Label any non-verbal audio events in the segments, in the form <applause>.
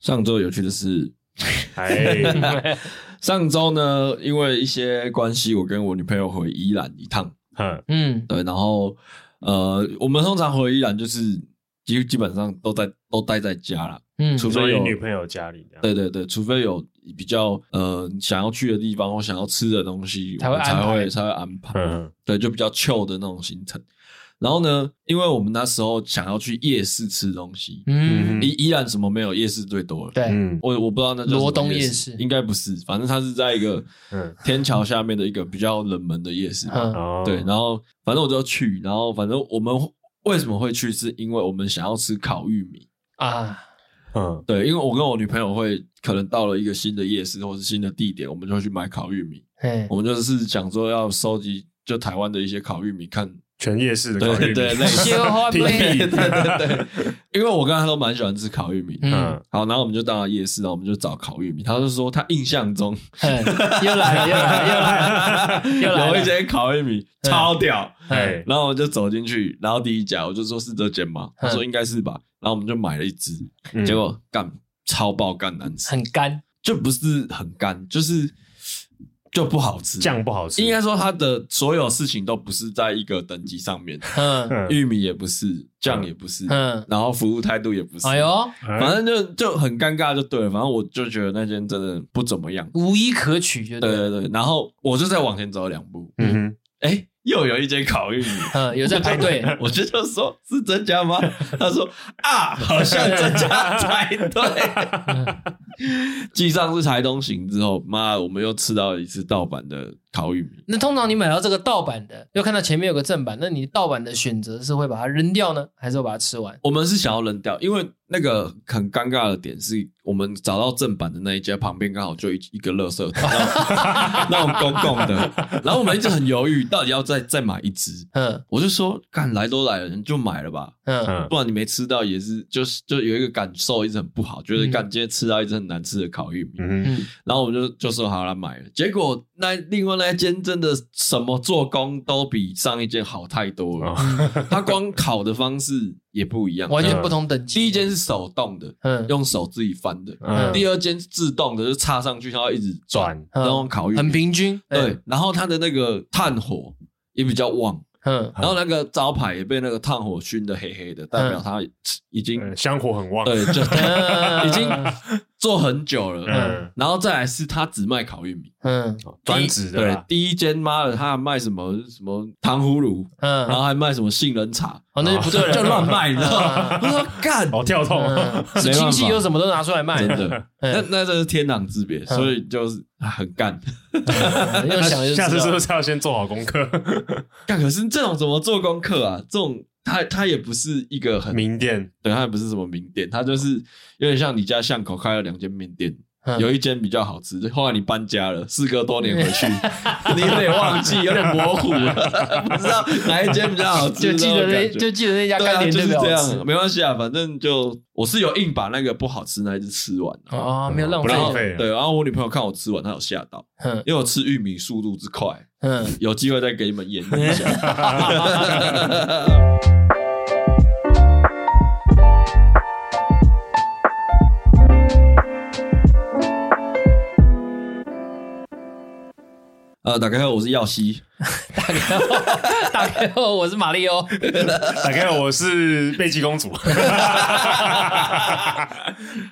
上周有趣的是，哎，上周呢，因为一些关系，我跟我女朋友回宜兰一趟，哼，嗯，对，然后呃，我们通常回宜兰就是基基本上都在都待在家啦，嗯除所非以有女朋友家里这样，对对呃对，除非有比较呃想要去的地方或想要吃的东西，才我会们才安排会才会安排。嗯，对，就比较 chill 的那种行程。然后呢，因为我们那时候想要去夜市吃东西，嗯，宜宜兰什么没有，夜市最多了。对，嗯我我不知道那叫什么罗东夜夜市应该不是，反正它是在一个嗯，天桥下面的一个比较冷门的夜市吧。嗯哦，对，然后反正我就去，然后反正我们为什么会去，是因为我们想要吃烤玉米。啊，嗯，对，因为我跟我女朋友会可能到了一个新的夜市或是新的地点，我们就会去买烤玉米。嘿，我们就是想说要收集就台湾的一些烤玉米， <laughs> 看全夜市的对烤玉米对类似小花屏妹对蔽，对对，因为我跟他都蛮喜欢吃烤玉米。嗯，好，然后我们就到了夜市，然后我们就找烤玉米。他就说他印象中嘿， <laughs> 又来了，又来了，又来了，又来有一了，间烤玉米超 <laughs> 屌，哎，然后我就走进去，然后第一家我就说是这间嗯吗？他说应该是吧，然后我们就买了一只，嗯结果干超爆干难吃，很干，就不是很干，就是就不好吃。酱不好吃，应该说它的所有事情都不是在一个等级上面，嗯嗯，玉米也不是，酱也不是，嗯，然后服务态度也不是，哎呦，反正就就很尴尬就对了。反正我就觉得那间真的不怎么样。无一可取，就对对了，对对，然后我就再往前走两步，嗯哼，哎、又有一间烤玉米。嗯，有在排队，我就就说是这家吗？他说啊，好像这家才对。继上次台东行之后，妈，我们又吃到一次盗版的烤玉米。那通常你买到这个盗版的，又看到前面有个正版，那你盗版的选择是会把它扔掉呢，还是会把它吃完？我们是想要扔掉，因为那个很尴尬的点是我们找到正版的那一家旁边刚好就一一个垃圾桶，那种那种公共的，然后我们一直很犹豫，到底要再再买一只。嗯我就说，干来都来了，你就买了吧，嗯嗯不然你没吃到也是，就是就有一个感受一直很不好，觉得嗯干今天吃到一只很难吃的烤玉米，嗯哼，嗯，然后我们就就说好了买了，结果那另外那一间真的什么做工都比上一间好太多 <laughs> 了，它光烤的方式也不一样，哦完全不同等级。第一间是手动的，嗯用手自己翻的；嗯第二间是自动的，就插上去，它要一直转，转，然后烤玉米嗯很平均，对，然后它的那个炭火也比较旺，嗯，然后那个招牌也被那个炭火熏得黑黑的，代表它已经嗯香火很旺，对，就嗯已经做很久了。嗯，哦然后再来是它只卖烤玉米，嗯专职的对啦，，第一间妈的，它还卖什么什么糖葫芦，嗯，然后还卖什么杏仁茶，哦，那就不对 <laughs> 了，就乱卖，你知道吗？嗯我说干，哦，跳 <laughs> 痛， <laughs> 嗯，没是办法亲戚有什么都拿出来卖，真的，那嗯，那这是天壤之别，所以就是啊很干。嗯用想就 <laughs> 下次知是道不。是要先做好功课？ <laughs> 干，可是这种怎么做功课啊？这种它它也不是一个很，名店，对，它也不是什么名店，它就是有点像你家巷口开了两间面店。嗯有一间比较好吃，后来你搬家了，事隔多年回 <laughs> 去，你有点忘记，有点模糊了，不知道哪一间比较好吃， <laughs> 就记得那这种感觉就记得那家对干啊，点就是最比较这好吃样，没关系啊，反正就我是有硬把那个不好吃那一只吃完啊，哦，没有浪不费，浪费啊对，然后我女朋友看我吃完，她有吓到，嗯因为我吃玉米速度之快，嗯，有机会再给你们演绎一下。呃，大家好，我是耀西。 <laughs> 大概 <laughs> 大概哦我是马里欧，打开我是贝奇公主，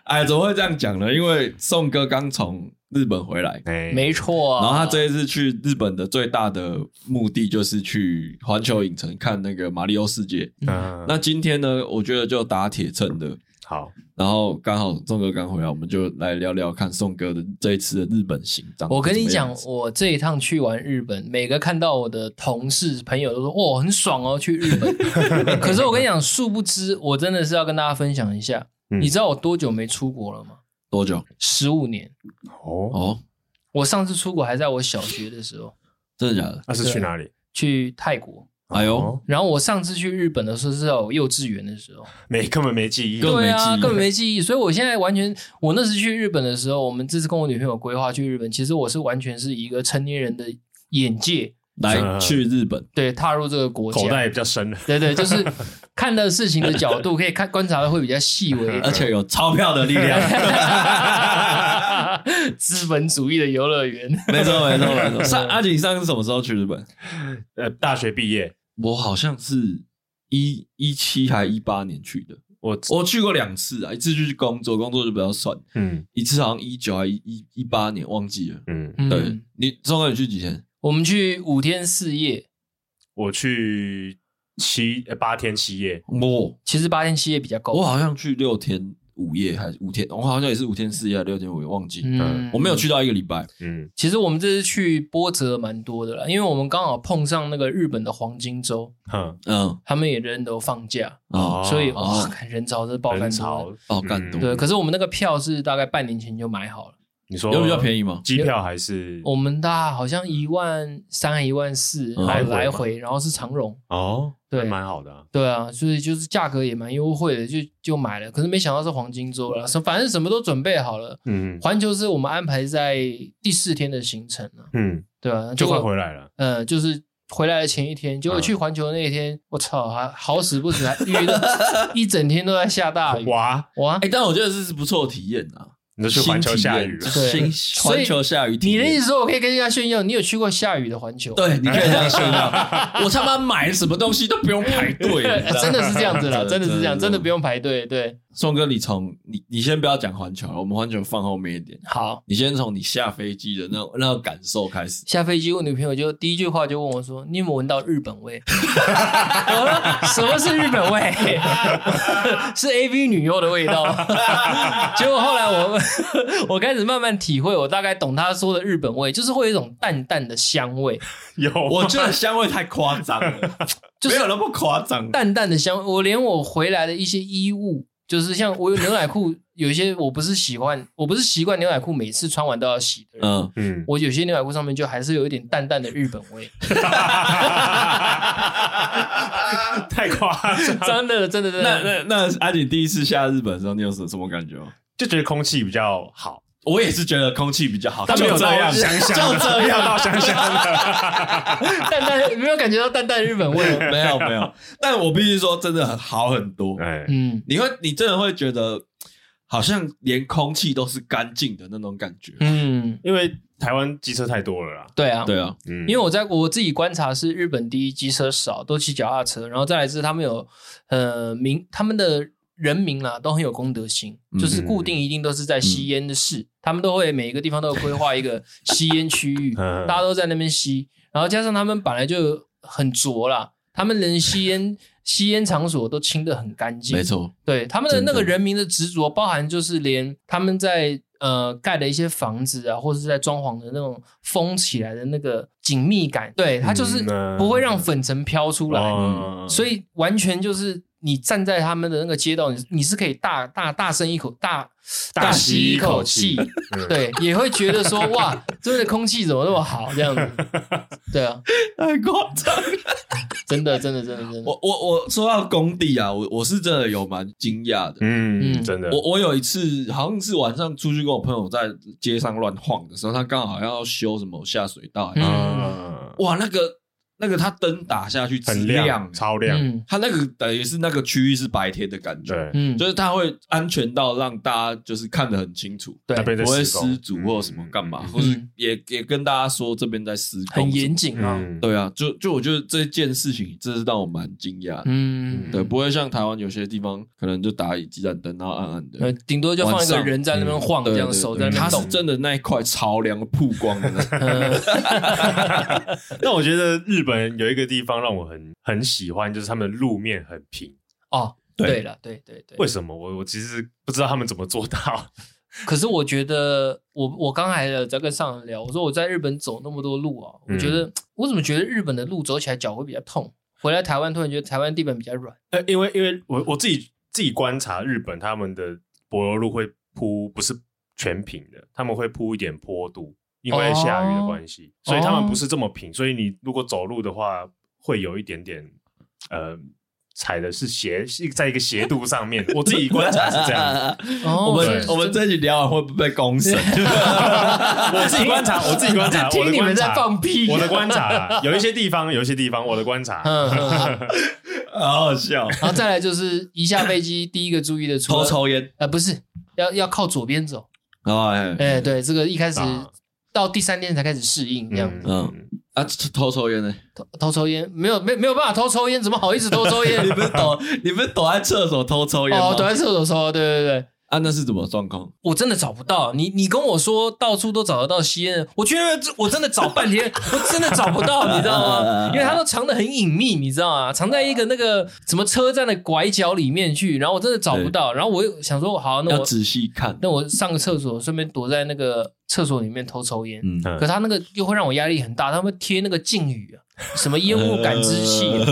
哎，怎么会这样讲呢？因为宋哥刚从日本回来，哎，没错啊。然后他这一次去日本的最大的目的就是去环球影城看那个《马里奥世界》。嗯，那今天呢，我觉得就打铁趁热，好，然后刚好宋哥刚回来，我们就来聊聊看宋哥的这一次的日本行。长得我跟你怎么样讲，我这一趟去完日本，每个看到我的同事朋友都说：“哦，很爽哦，去日 <laughs> 本。”可是我跟你讲，殊不知我真的是要跟大家分享一下，嗯你知道我多久没出国了吗？多久？十五年。哦，哦，我上次出国还在我小学的时候，真的假的？那是去哪里？去泰国。哎呦，哦，然后我上次去日本的时候是在我幼稚园的时候，没根本没记忆，根本没对啊，记忆根本没记忆。所以我现在完全，我那时去日本的时候，我们这次跟我女朋友规划去日本，其实我是完全是一个成年人的眼界，来嗯去日本，对，踏入这个国家，口袋也比较深了， <laughs> 对对，就是看的事情的角度，可 <laughs> 以看观察的会比较细微 <laughs> 一点而且有钞票的力 <laughs> 量。 <laughs> 资本主义的游乐园，没错，没错， <laughs> 没错。上阿锦上是什么时候去日本？呃，大学毕业，我好像是一一七还一八年去的。我我去过两次啊，一次去工作，工作就比较算；嗯一次好像一九还一一一八年，忘记了。嗯，嗯对，你中国你去几天？我们去五天四夜，我去七呃八天七夜，我其实八天七夜比较我够。好像去六天五夜还是五天，我好像也是五天四夜还是六天五夜，忘记。嗯，我没有。去到一个礼拜，嗯其实我们这次去波折蛮多的啦，因为我们刚好碰上那个日本的黄金周，哼嗯他们也人都放假，哦所以哦哇，看人潮真是爆干人潮。潮哦，干多嗯对，可是我们那个票是大概半年前就买好了，你说有比较便宜，宜吗？机票还是我们大概好像一万三还一万四，嗯然后来来回回，然后是长荣。哦，对蛮好的啊，对啊，所以就是价格也蛮优惠的，就就买了。可是没想到是黄金周了，反正什么都准备好了。嗯环球是我们安排在第四天的行程啊，嗯，对啊，就结果快回来了，呃，就是回来的前一天，结果嗯去环球那一天，我操，还好死不死还遇到一整天都在下大雨，哇，哇！哎，但我觉得这是不错的体验啊，你都去环球下雨新体了验，对新所以环球下雨体你验。的意思说我可以跟人家炫耀，你有去过下雨的环球？对，你可以这样炫 <laughs> 耀。我他妈买什么东西都不用排 <laughs> 队，你知道吗 <laughs> 真的是这样子啦，真的是这样，真的不。 <laughs> 真用排队。对，宋哥，你从你你先不要讲环球了，我们环球放后面一点。好，你先从你下飞机的那种那种感受开始。下飞机，我女朋友就第一句话就问我说：“你有没有闻到日本味？” <laughs> 我说：“什么是日本味？ <laughs> 是 A V 女优的味道。” <laughs> 结果后来我我开始慢慢体会，我大概懂她说的日本味，就是会有一种淡淡的香味，有 <laughs> 啊 <laughs> 我觉得香味太夸张 <laughs> 了，就是没有那么夸张。淡淡的香味。我连我回来的一些衣物，就是像我有牛仔裤，有一些我不是喜欢，我不是习惯牛仔裤每次穿完都要洗的人。嗯，嗯，我有些牛仔裤上面就还是有一点淡淡的日本味， <laughs> <laughs> 太夸张，真的真的真那的。那那阿锦第一次下日本的时候，你有什什么感觉吗？就觉得空气比较好，我也是觉得空气比较好，但没有就这到样，香香就的这没有样，到香香的，淡淡没有感觉到淡淡日本味。没有没 <laughs> 有。但我必须说，真的很好很多。 <laughs> 哎，嗯你会，你真的会觉得，好像连空气都是干净的那种感觉。嗯，因为台湾机车太多了啦，对啊，对啊，嗯，因为我在我自己观察是日本第一机车少，都骑脚踏车，然后再来是他们有呃民他们的人民啦、都很有公德心，就是固定一定都是在吸烟的市，他们都会每一个地方都有规划一个吸烟区 <laughs> 域，嗯大家都在那边吸，然后加上他们本来就很浊啦，他们连吸烟吸烟场所都清得很干净，错，对他们的那个真的人民的执着，包含就是连他们在呃盖的一些房子啊，或者是在装潢的那种封起来的那个紧密感，对它就是嗯不会让粉尘飘出来，哦所以完全就是你站在他们的那个街道，你你是可以大大大声一口大大吸吸一口气气，嗯对，也会觉 <laughs> 得说哇，这边的空气怎么那么好这样子，对啊，太夸张。真的真的真的真的，我我我说到工地啊，我我是真的有蛮惊讶的。嗯，嗯真的，我我有一次好像是晚上出去跟我朋友在街上乱晃的时候，他刚好要修什么下水道，嗯嗯哇，那个那个他灯打下去很很亮，亮，超亮，嗯他那个等于是那个区域是白天的感觉，对，嗯，就是他会安全到让大家就是看得很清楚。对那边在不会失施工足或什么干嘛，嗯或是也也跟大家说这边在施工，很严。谨啊，嗯，对啊，就就我觉得这件事情真是让我蛮惊讶的。嗯，对，不会像台湾有些地方可能就打鸡蛋灯，然后暗暗的。呃，顶多就放一个人在那边晃，对这对嗯样对手在那它边是动。真的那一块朝凉曝光 <laughs> 的那，嗯但我觉得日本有一个地方让我很很喜欢，就是他们的路面很平。哦，对对了，对对对为。什么？我我其实不知道他们怎么做到。可是我觉得，我我刚才有在跟上人聊，我说我在日本走那么多路啊，我嗯觉得我怎么觉得日本的路走起来脚会比较痛，回来台湾突然觉得台湾地板比较软。呃，因为因为我我自己自己观察日本他们的柏油路会铺不是全平的，他们会铺一点坡度，因哦为下雨的关系，所以他们不是这么平。所以你如果走路的话，会有一点点呃。踩的是斜，是在一个斜度上面。我自己观察是这样 <laughs> 子，哦我所以们是我们这一集聊完会不会被公 <laughs> 审？我自己观察，我自己观察，我听的你们观察在放屁，嗯我的观察啦，有一些地方，有一些地方，我的观察，嗯嗯，嗯嗯好好笑，然后再来就是一下飞机第一个注意的，除偷了抽烟呃不是要要靠左边走，啊，哎哎对，这个一开始啊到第三天才开始适应这样子。嗯啊，偷抽烟呢？偷偷抽烟，没有没没有办法偷抽烟，怎么好意思偷抽 <laughs> <laughs> 烟你？不是躲，你不是躲在厕所偷抽烟吗？哦，躲在厕所抽，对对对，啊，那是怎么状况？我真的找不到你，你跟我说到处都找得到吸烟，我觉得我真的找半天， <laughs> 我真的找不到，你知道 <laughs> 吗？因为它都藏得很隐秘，你知道吗？藏在一个那个什么车站的拐角里面去，然后我真的找不到，然后我又想说，好，那要我仔细看。那我上个厕所，顺便躲在那个厕所里面偷抽烟。嗯，嗯可他那个又会让我压力很大，他们贴那个禁语啊，什么烟雾感知器啊，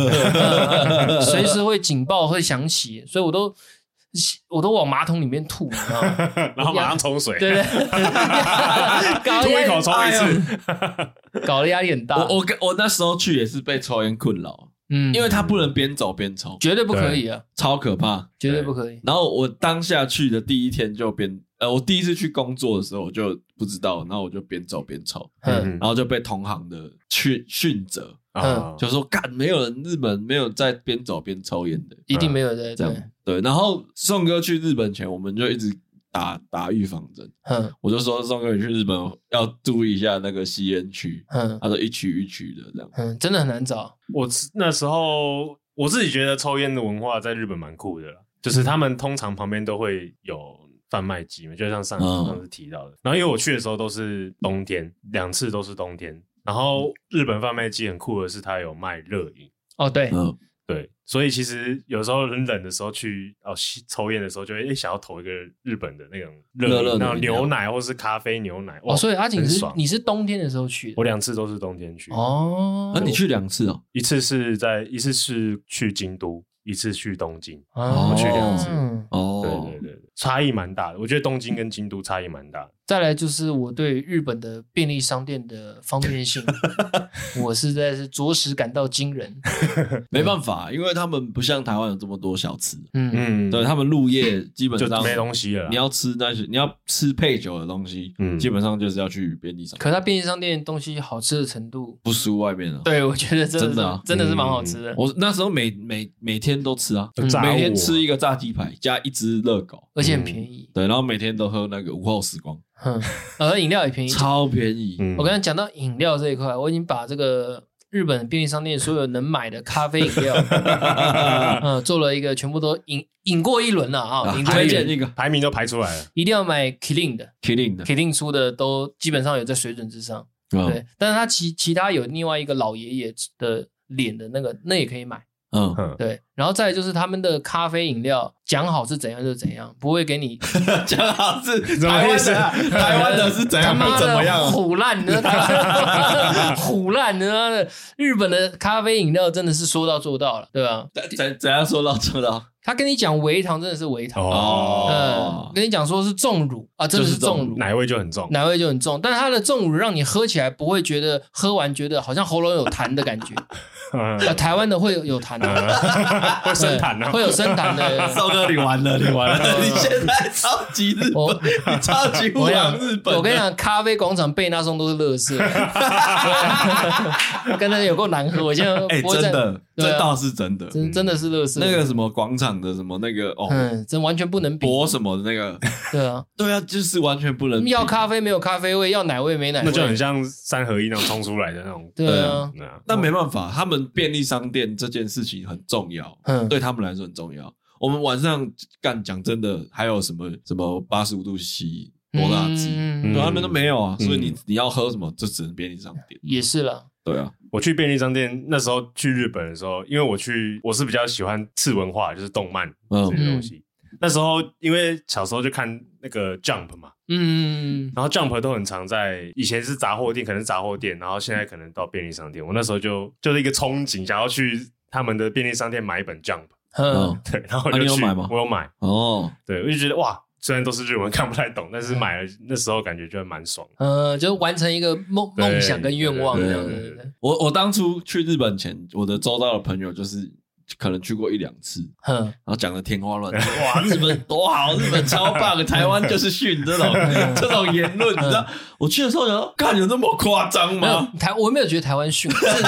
嗯 <laughs> 随时会警报会响起，所以我都我都往马桶里面吐，你知道吗？然后马上冲水，对对， <laughs> 哎嗯搞吐一得压口力冲一次，嗯搞得压力很大。 <laughs> 我我跟我那时候去也是被抽烟困扰，嗯，因为他不能边走边抽，绝对不可以啊，超可怕。绝对不可以。然后我当下去的第一天就边呃，我第一次去工作的时候我就不知道，然后我就边走边抽，嗯，然后就被同行的训训责，啊就说干没有人日本没有在边走边抽烟的一定没有的，这对，嗯样对。然后宋哥去日本前，我们就一直打打预防针，嗯我就说宋哥你去日本要注意一下那个吸烟区，嗯他说一区一区的这样。嗯，真的很难找。我是那时候我自己觉得抽烟的文化在日本蛮酷的啦，就是他们通常旁边都会有贩卖机嘛，就像上嗯上次提到的。然后因为我去的时候都是冬天，两次都是冬天。然后日本贩卖机很酷的是，它有卖热饮，哦，对，嗯，对，所以其实有时候很冷的时候去哦吸抽烟的时候，就会诶想要投一个日本的那种热热热的饮那种饮料牛奶或是咖啡牛奶。哇，哦，所以阿景很是爽你是冬天的时候去的我两次都是冬天去，哦啊，，你去两次哦，一次是在一次是去京都，一次去东京。哦我去两次嗯哦对对，对对，差异蛮大的。我觉得东京跟京都差异蛮大的。再来就是我对日本的便利商店的方便性，我实在是着实感到惊人。没办法，因为他们不像台湾有这么多小吃，嗯，嗯，对他们入夜基本就上没东西啊了啦。你要吃那些，你要吃配酒的东西，嗯基本上就是要去便利商可店，它便利商店东西好吃的 <laughs> 程度，不输外面啊。对我觉得真的是真的啊真的是蛮好吃的，我那时候每每每天都吃啊，炸物啊每天吃一个炸鸡排加一只热狗，而且很便宜。对，然后每天都喝那个午后时光，哼，呃，饮料也便宜。超便宜。嗯我刚才讲到饮料这一块，我已经把这个日本便利商店所有能买的咖啡饮料， <laughs> 嗯，做了一个全部都饮饮过一轮了啊，啊饮过推一荐轮，一个 <laughs> 排名都排出来了。一定要买 Killing 的 Killing 的， ，Killing 出的都基本上有在水准之上。嗯对，但是他其其他有另外一个老爷爷的脸的那个，那也可以买。 <laughs> 嗯，嗯，对，然后再来就是他们的咖啡饮料，讲好是怎样就怎样，不会 <laughs> 给你讲好是怎么台回湾事的啊，台湾的是怎他样妈哎怎么样的啊？ <laughs> 虎烂的，他 <laughs> 虎烂的，他的日本的咖啡饮料真的是说到做到了，对吧？怎怎怎样说到做到？ <laughs> 他跟你讲微糖真的是微糖，哦嗯，跟你讲说是重乳啊，真的就是是重重乳。奶味就很重。奶味就很重，但是它的重乳让你喝起来不会觉得喝完觉得好像喉咙有痰的感觉， <laughs> 嗯呃，台湾的会有有痰的， <laughs> 嗯会生痰对啊会有生 <laughs> 痰的。赵哥，你完了，你完了！你现在超级日我本，你超级不我想想日本。我跟你，讲，咖啡广场贝纳颂都是 <laughs> 乐色，跟那有够难喝。我现在哎，不会再真的，对啊这倒是真的。真真的是乐色。那个什么广场的什么那个哦，嗯，真完全不能比。博什么的那 <laughs> 个，对啊，对啊，就是完全不能比要咖啡没有咖啡味，要奶味没奶味，那就很像三合一那种冲出来的那种。对啊。嗯啊，但没办法，他们便利商店这件事情很重要，嗯，对他啊们来说很重要。我们晚上干讲真的，还有什么什么八十五度 C 多辣鸡，嗯对嗯他们都没有啊，嗯所以你你要喝什么，就只能便利商店。也是啦。对啊，我去便利商店那时候去日本的时候，因为我去我是比较喜欢次文化，就是动漫这嗯些东西。那时候因为小时候就看那个 Jump 嘛，嗯，然后 Jump 都很常在以前是杂货店，可能是杂货店，然后现在可能到便利商店。我那时候就就是一个憧憬，想要去他们的便利商店买一本 Jump，嗯嗯，对，然后我啊就你有去，买吗我有买，哦，对，我就觉得哇，虽然都是日文看不太懂，但是买了那时候感觉就蛮爽的。呃，就完成一个梦对梦想跟愿望这对样对子。对对对对我我当初去日本前，我的周遭的朋友就是可能去过一两次，哼，然后讲的天花乱 <laughs> 坠，哇，日本多好，日本超棒，台湾就是逊这 <laughs> 种 <laughs> 嗯这种言论，你知道？我去的时候想说，看有那么夸张没吗？有台，我没有觉得台湾逊， <laughs> 是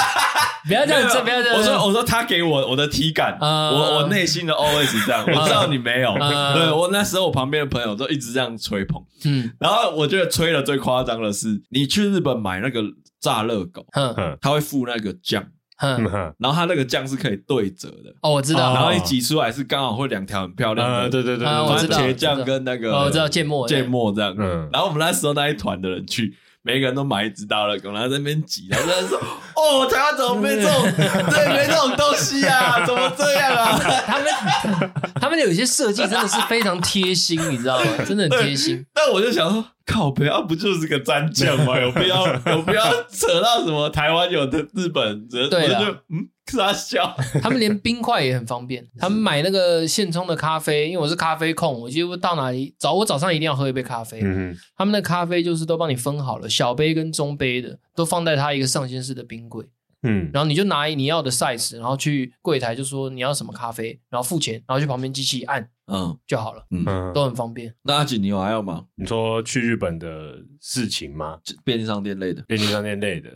不要这样，这不要这样。我说我哦说他给我我的体感，嗯我我内心的 always 这样，我知道你没有。嗯对我那时候我旁边的朋友都一直这样吹捧，嗯然后我觉得吹的最夸张的是，你去日本买那个炸热狗，哼他会附那个酱，哼，嗯然后他那个酱是可以对折的，哦，我知道，然后哦你挤出来是刚好会两条很漂亮呃，的对对对，啊我番知道茄酱跟那个哦我知道芥末芥末这样。嗯然后我们那时候那一团的人去。每个人都买一只大热狗，然后在那边挤，然后在那说：“哦，台湾怎么没这种，对，没这种东西啊？怎么这样啊他们 <laughs> 他们有些设计真的是非常贴心，你知道吗？真的很 <laughs> 贴心。？”但我就想说，靠北啊，不就是个蘸酱吗？有必要有必要扯到什么台湾有的日本人？对我啦就嗯，傻笑。他们连冰块也很方便，他们买那个现冲的咖啡，因为我是咖啡控，我几乎到哪里早我早上一定要喝一杯咖啡。嗯他们的咖啡就是都帮你分好了，小杯跟中杯的都放在它一个上新式的冰柜，嗯然后你就拿你要的 size，然后去柜台就说你要什么咖啡，然后付钱，然后去旁边机器按嗯就好了，嗯，嗯，都很方便。那阿锦，你有还有吗？你说去日本的事情吗？便利商店类的？便利商店类的，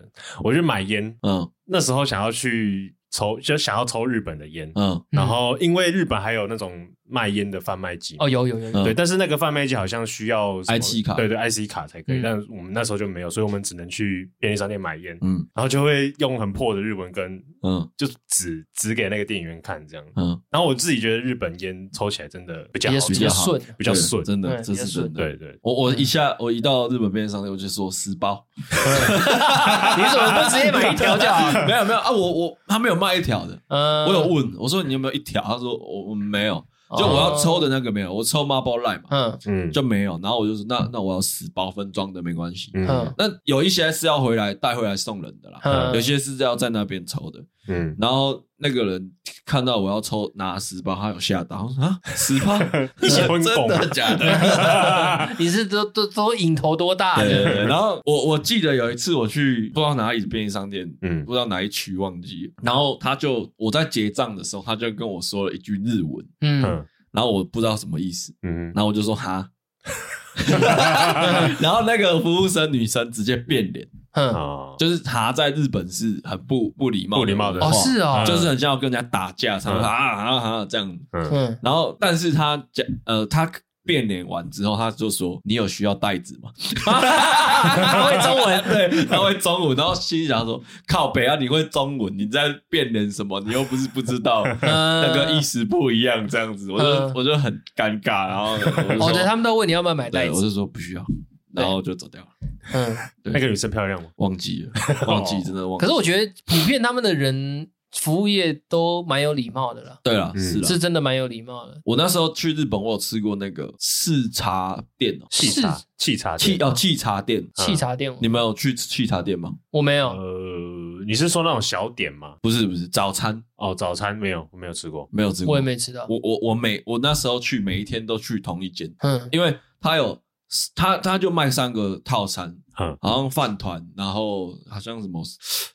我去买烟，嗯那时候想要去抽，就想要抽日本的烟，嗯然后因为日本还有那种卖烟的贩卖机嘛哦，有有有有，嗯对，但是那个贩卖机好像需要什么 IC 卡对对，IC 卡才可以，嗯但我们那时候就没有，所以我们只能去便利商店买烟，嗯然后就会用很破的日文跟嗯就指指给那个店员看这样。嗯，然后我自己觉得日本烟抽起来真的比较比好抽，较比较好顺，比较对顺真的，对这是比较顺真的。对对，我我嗯一下我一到日本便利商店，我就说十包， <laughs> 你怎么不直接买一条就好？没有没有啊，我我他没有卖一条的，嗯，我有问我说你有没有一条，他说我我没有，哦就我要抽的那个没有，我抽 Marble Line 嘛嗯嗯就没有，然后我就说那那我要十包分装的没关系，嗯嗯那有一些是要回来带回来送人的啦，嗯有些是要在那边抽的，嗯，然后那个人看到我要抽拿十包，他有吓到，他说啊十 <laughs> 包，一起分真拱的假的？你是都都都瘾头多大 <laughs> 对对的？对，然后我我记得有一次我去不知道哪里便利商店，嗯不知道哪一区忘记，然后他就我在结账的时候，他就跟我说了一句日文，嗯，嗯然后我不知道什么意思，<laughs> 嗯然后我就说哈，然后那个服务生女生直接变脸，嗯，啊，就是哈在日本是很不不礼貌不礼貌的话哦，是哦，就是很像要跟人家打架，常常嗯啊啊啊这样， <laughs> 嗯嗯，然后但是他讲呃他。变脸完之后，他就说：“你有需要袋子吗？” <laughs> 他会中 <laughs> 文，对，他会中文，然后心里想说：“靠北啊，你会中文，你在变脸什么？你又不是不知 <laughs> 道，那个意思不一样，这样子。”我就嗯我就很尴尬，然后我就说哦，对，他们都问你要不要买袋对，我子，就说不需要，然后就走掉了，嗯，那个女生漂亮吗？忘记了，忘记真的忘记。可是我觉得普遍他们的人服务业都蛮有礼貌的啦，对了，嗯是啊是了。真的蛮有礼貌的。我那时候去日本，我有吃过那个赤茶店哦，气茶是，气啊茶气店，哦气茶店，气茶店，你们有去气茶店吗？我没有，呃，你是说那种小点吗？不是不是，早餐哦，早餐没有，我没有吃过。没有吃过，我也没吃到。我我我每我那时候去每一天都去同一间，嗯因为他有他他就卖三个套餐，嗯好像饭团，然后好像什么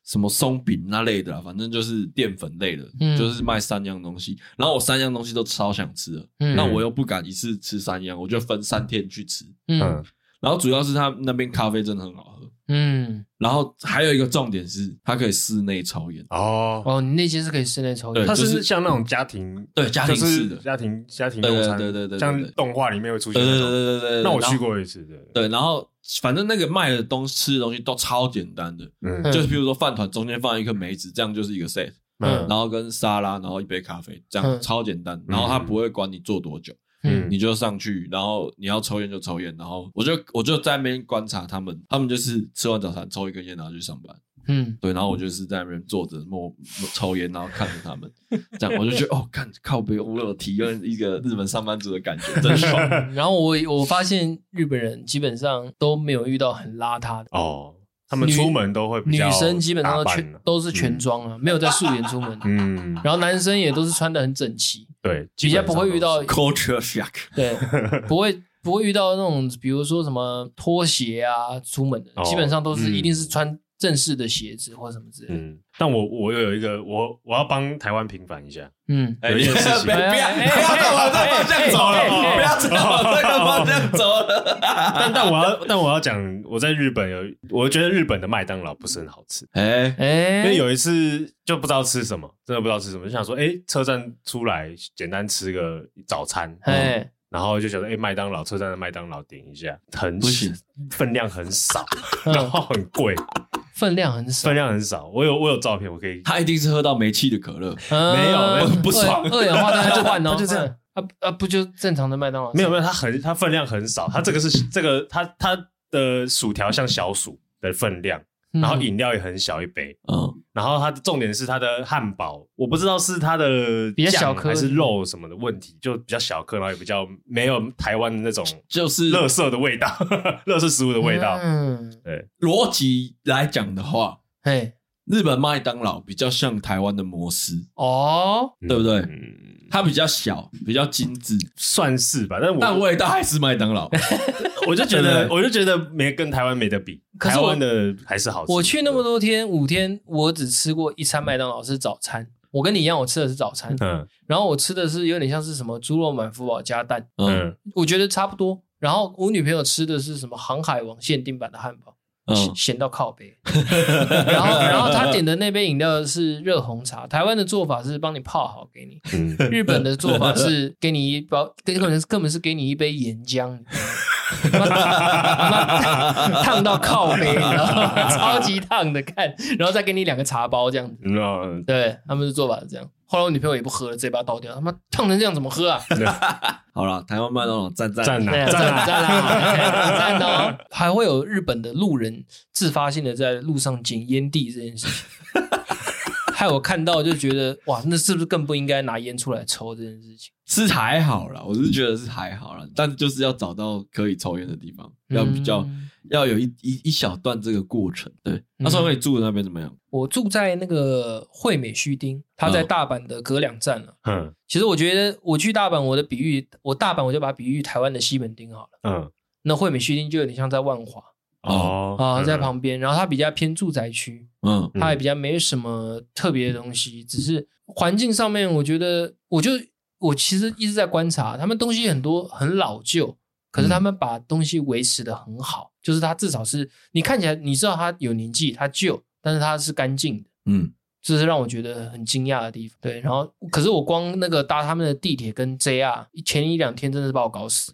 什么松饼那类的啦，反正就是淀粉类的，嗯就是卖三样东西。然后我三样东西都超想吃的，嗯那我又不敢一次吃三样，我就分三天去吃。嗯嗯然后主要是他那边咖啡真的很好喝，嗯，然后还有一个重点是它可以室内抽烟，哦，哦，你那些是可以室内抽对烟，它就是像那种家庭，对家庭就式是的家庭家庭对用对餐，对对对对像对动画里面会出现对对对那种。对对对。那我然后去过一次，对，对，然后反正那个卖的东西、吃的东西都超简单的，嗯嗯就是比如说饭团中间放一颗梅子，这样就是一个 set，嗯然后跟沙拉，然后一杯咖啡，这样嗯超简单。然后他不会管你做多久，嗯你就上去，然后你要抽烟就抽烟，然后我就我就在那边观察他们，他们就是吃完早餐抽一根烟，然后去上班。嗯，对，然后我就是在那边坐着默默抽烟，然后看着他 <laughs> 们，这样我就觉得哦，看靠北，我有体验一个日本上班族的感觉， <laughs> 真爽。嗯然后我我发现日本人基本上都没有遇到很邋遢的。哦，他们出门都会比女较生基本上都打扮全啊都是嗯全妆啊，没有在素颜 <laughs> 出门。嗯，然后男生也都是穿的很整齐，对，比基较本不上会遇到都是 Culture shock，对，不会不会遇到那种比如说什么拖鞋啊出门的，哦基本上都是嗯一定是穿正式的鞋子或什么之类的。嗯，但我我又有一个，我我要帮台湾平反一下，嗯，哎有一件事情不要不要哎不要再往这方向走了，哎哎哎不要再往这个方向走了。但但我要但我要讲，我在日本有，我觉得日本的麦当劳不是很好吃， <laughs> 哎，哎，因为有一次就不知道吃什么，真的不知道吃什么，就想说，哎、车站出来简单吃个早餐，嗯哎，然后就想说，哎、麦当劳车站的麦当劳点一下，很不行，分量很少，嗯然后很贵，分量很少分，量很少。我有我有照片，我可以，他一定是喝到没气的可乐。没没有没有不爽嗯二氧化碳 <laughs> 就换哦，他就这样嗯啊啊，不就正常的麦当劳？没有没有，它很它分量很少，它这个是这个它它的薯条像小薯的分量，嗯，然后饮料也很小一杯，嗯，然后它的重点是它的汉堡，我不知道是它的比较小酱颗还是肉什么的问题，就比较小颗，然后也比较没有台湾的那种就是垃圾的味道， <laughs> 垃圾食物的味道。嗯，逻辑来讲的话，哎，日本麦当劳比较像台湾的摩斯，哦，对不对？嗯，它比较小，比较精致，算是吧，但我但味道还是麦 <laughs> 当劳。我就觉对得不，对我就觉得没跟台湾没得比，可台是我湾的还是好吃。我去那么多天，五天，我只吃过一餐麦当劳是早餐。我跟你一样，我吃的是早餐，嗯然后我吃的是有点像是什么猪肉满福堡加蛋，嗯嗯我觉得差不多。然后我女朋友吃的是什么航海王限定版的汉堡，咸嗯，咸到靠背。然后，然后 <laughs> 她点的那杯饮料是热红茶，台湾的做法是帮你泡好给你，嗯，日本的做法是给你一包， <laughs> 根本根本是给你一杯岩浆，你知道吗妈妈烫到靠背，你知道吗？超级烫的，看，然后再给你两个茶包这样子。然后对，他们的做法是这样。后来我女朋友也不喝了，直接把它倒掉。他妈烫成这样怎么喝啊？好了，台湾麦当劳赞赞赞哎呀啊赞赞啊，赞啊， <laughs> 赞哦！ <laughs> 还会有日本的路人自发性的在路上捡烟蒂这件事情，害我看到就觉得哇，那是不是更不应该拿烟出来抽这件事情？是还好啦，我是觉得是还好啦，但就是要找到可以抽烟的地方，要比较、嗯要有一一一小段这个过程。对，嗯那说明你住的那边怎么样？我住在那个惠美须町，它在大阪的隔两站了、嗯其实我觉得我去大阪，我的比喻，我大阪我就把它比喻台湾的西门町好了。嗯那惠美须町就有点像在万华哦啊，在嗯旁边，然后它比较偏住宅区，嗯它也比较没什么特别的东西，只是环境上面，我觉得我就我其实一直在观察，他们东西很多很老旧，可是他们把东西维持的很好，就是它至少是你看起来你知道它有年纪，它旧，但是它是干净的。嗯，这是让我觉得很惊讶的地方。对，然后可是我光那个搭他们的地铁跟 JR，前一两天真的是把我 <laughs> 搞死。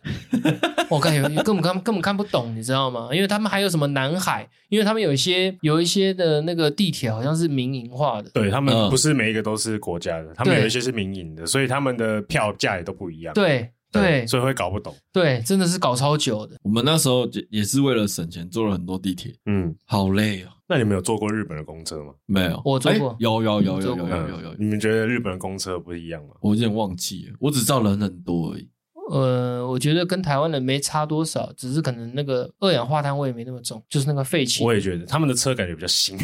我看有根本看根本看不懂，你知道吗？因为他们还有什么南海，因为他们有一些有一些的那个地铁好像是民营化的。对他们嗯不是每一个都是国家的，他们对有一些是民营的，所以他们的票价也都不一样。对对所以会搞不懂。对，真的是搞超久的。我们那时候也也是为了省钱坐了很多地铁，嗯，好累哦。那你们有坐过日本的公车吗？没有，我坐过哎有有有有坐有过有有有嗯你有，们觉得日本的公车不一样吗？我有点忘记了，我只知道人很多而已。呃，我觉得跟台湾的没差多少，只是可能那个二氧化碳味没那么重，就是那个废气我。也觉得他们的车感觉比 <laughs> 较新，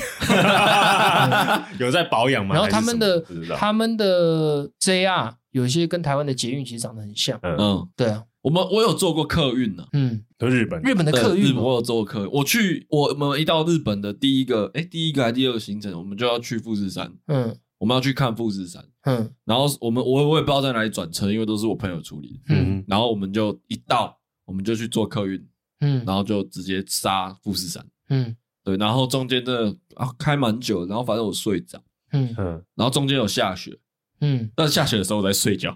有在保养吗？然后他还是什们么的不知道。他们的 JR 有一些跟台湾的捷运其实长得很像。嗯，嗯，对啊，我们我有坐过客运呢、嗯，就日本日本的对客呃日运哦本嘛我有坐过客运。我去，我们一到日本的第一个，哎，第一个还是第二个行程，我们就要去富士山，嗯我们要去看富士山。嗯然后我们我我也不知道在哪里转车，因为都是我朋友处理的。嗯嗯然后我们就一到，我们就去坐客运，嗯然后就直接杀富士山。嗯对，然后中间真的啊开蛮久的，然后反正我睡着，嗯嗯，然后中间有下雪，嗯，但是下雪的时候我在睡 <laughs> 觉，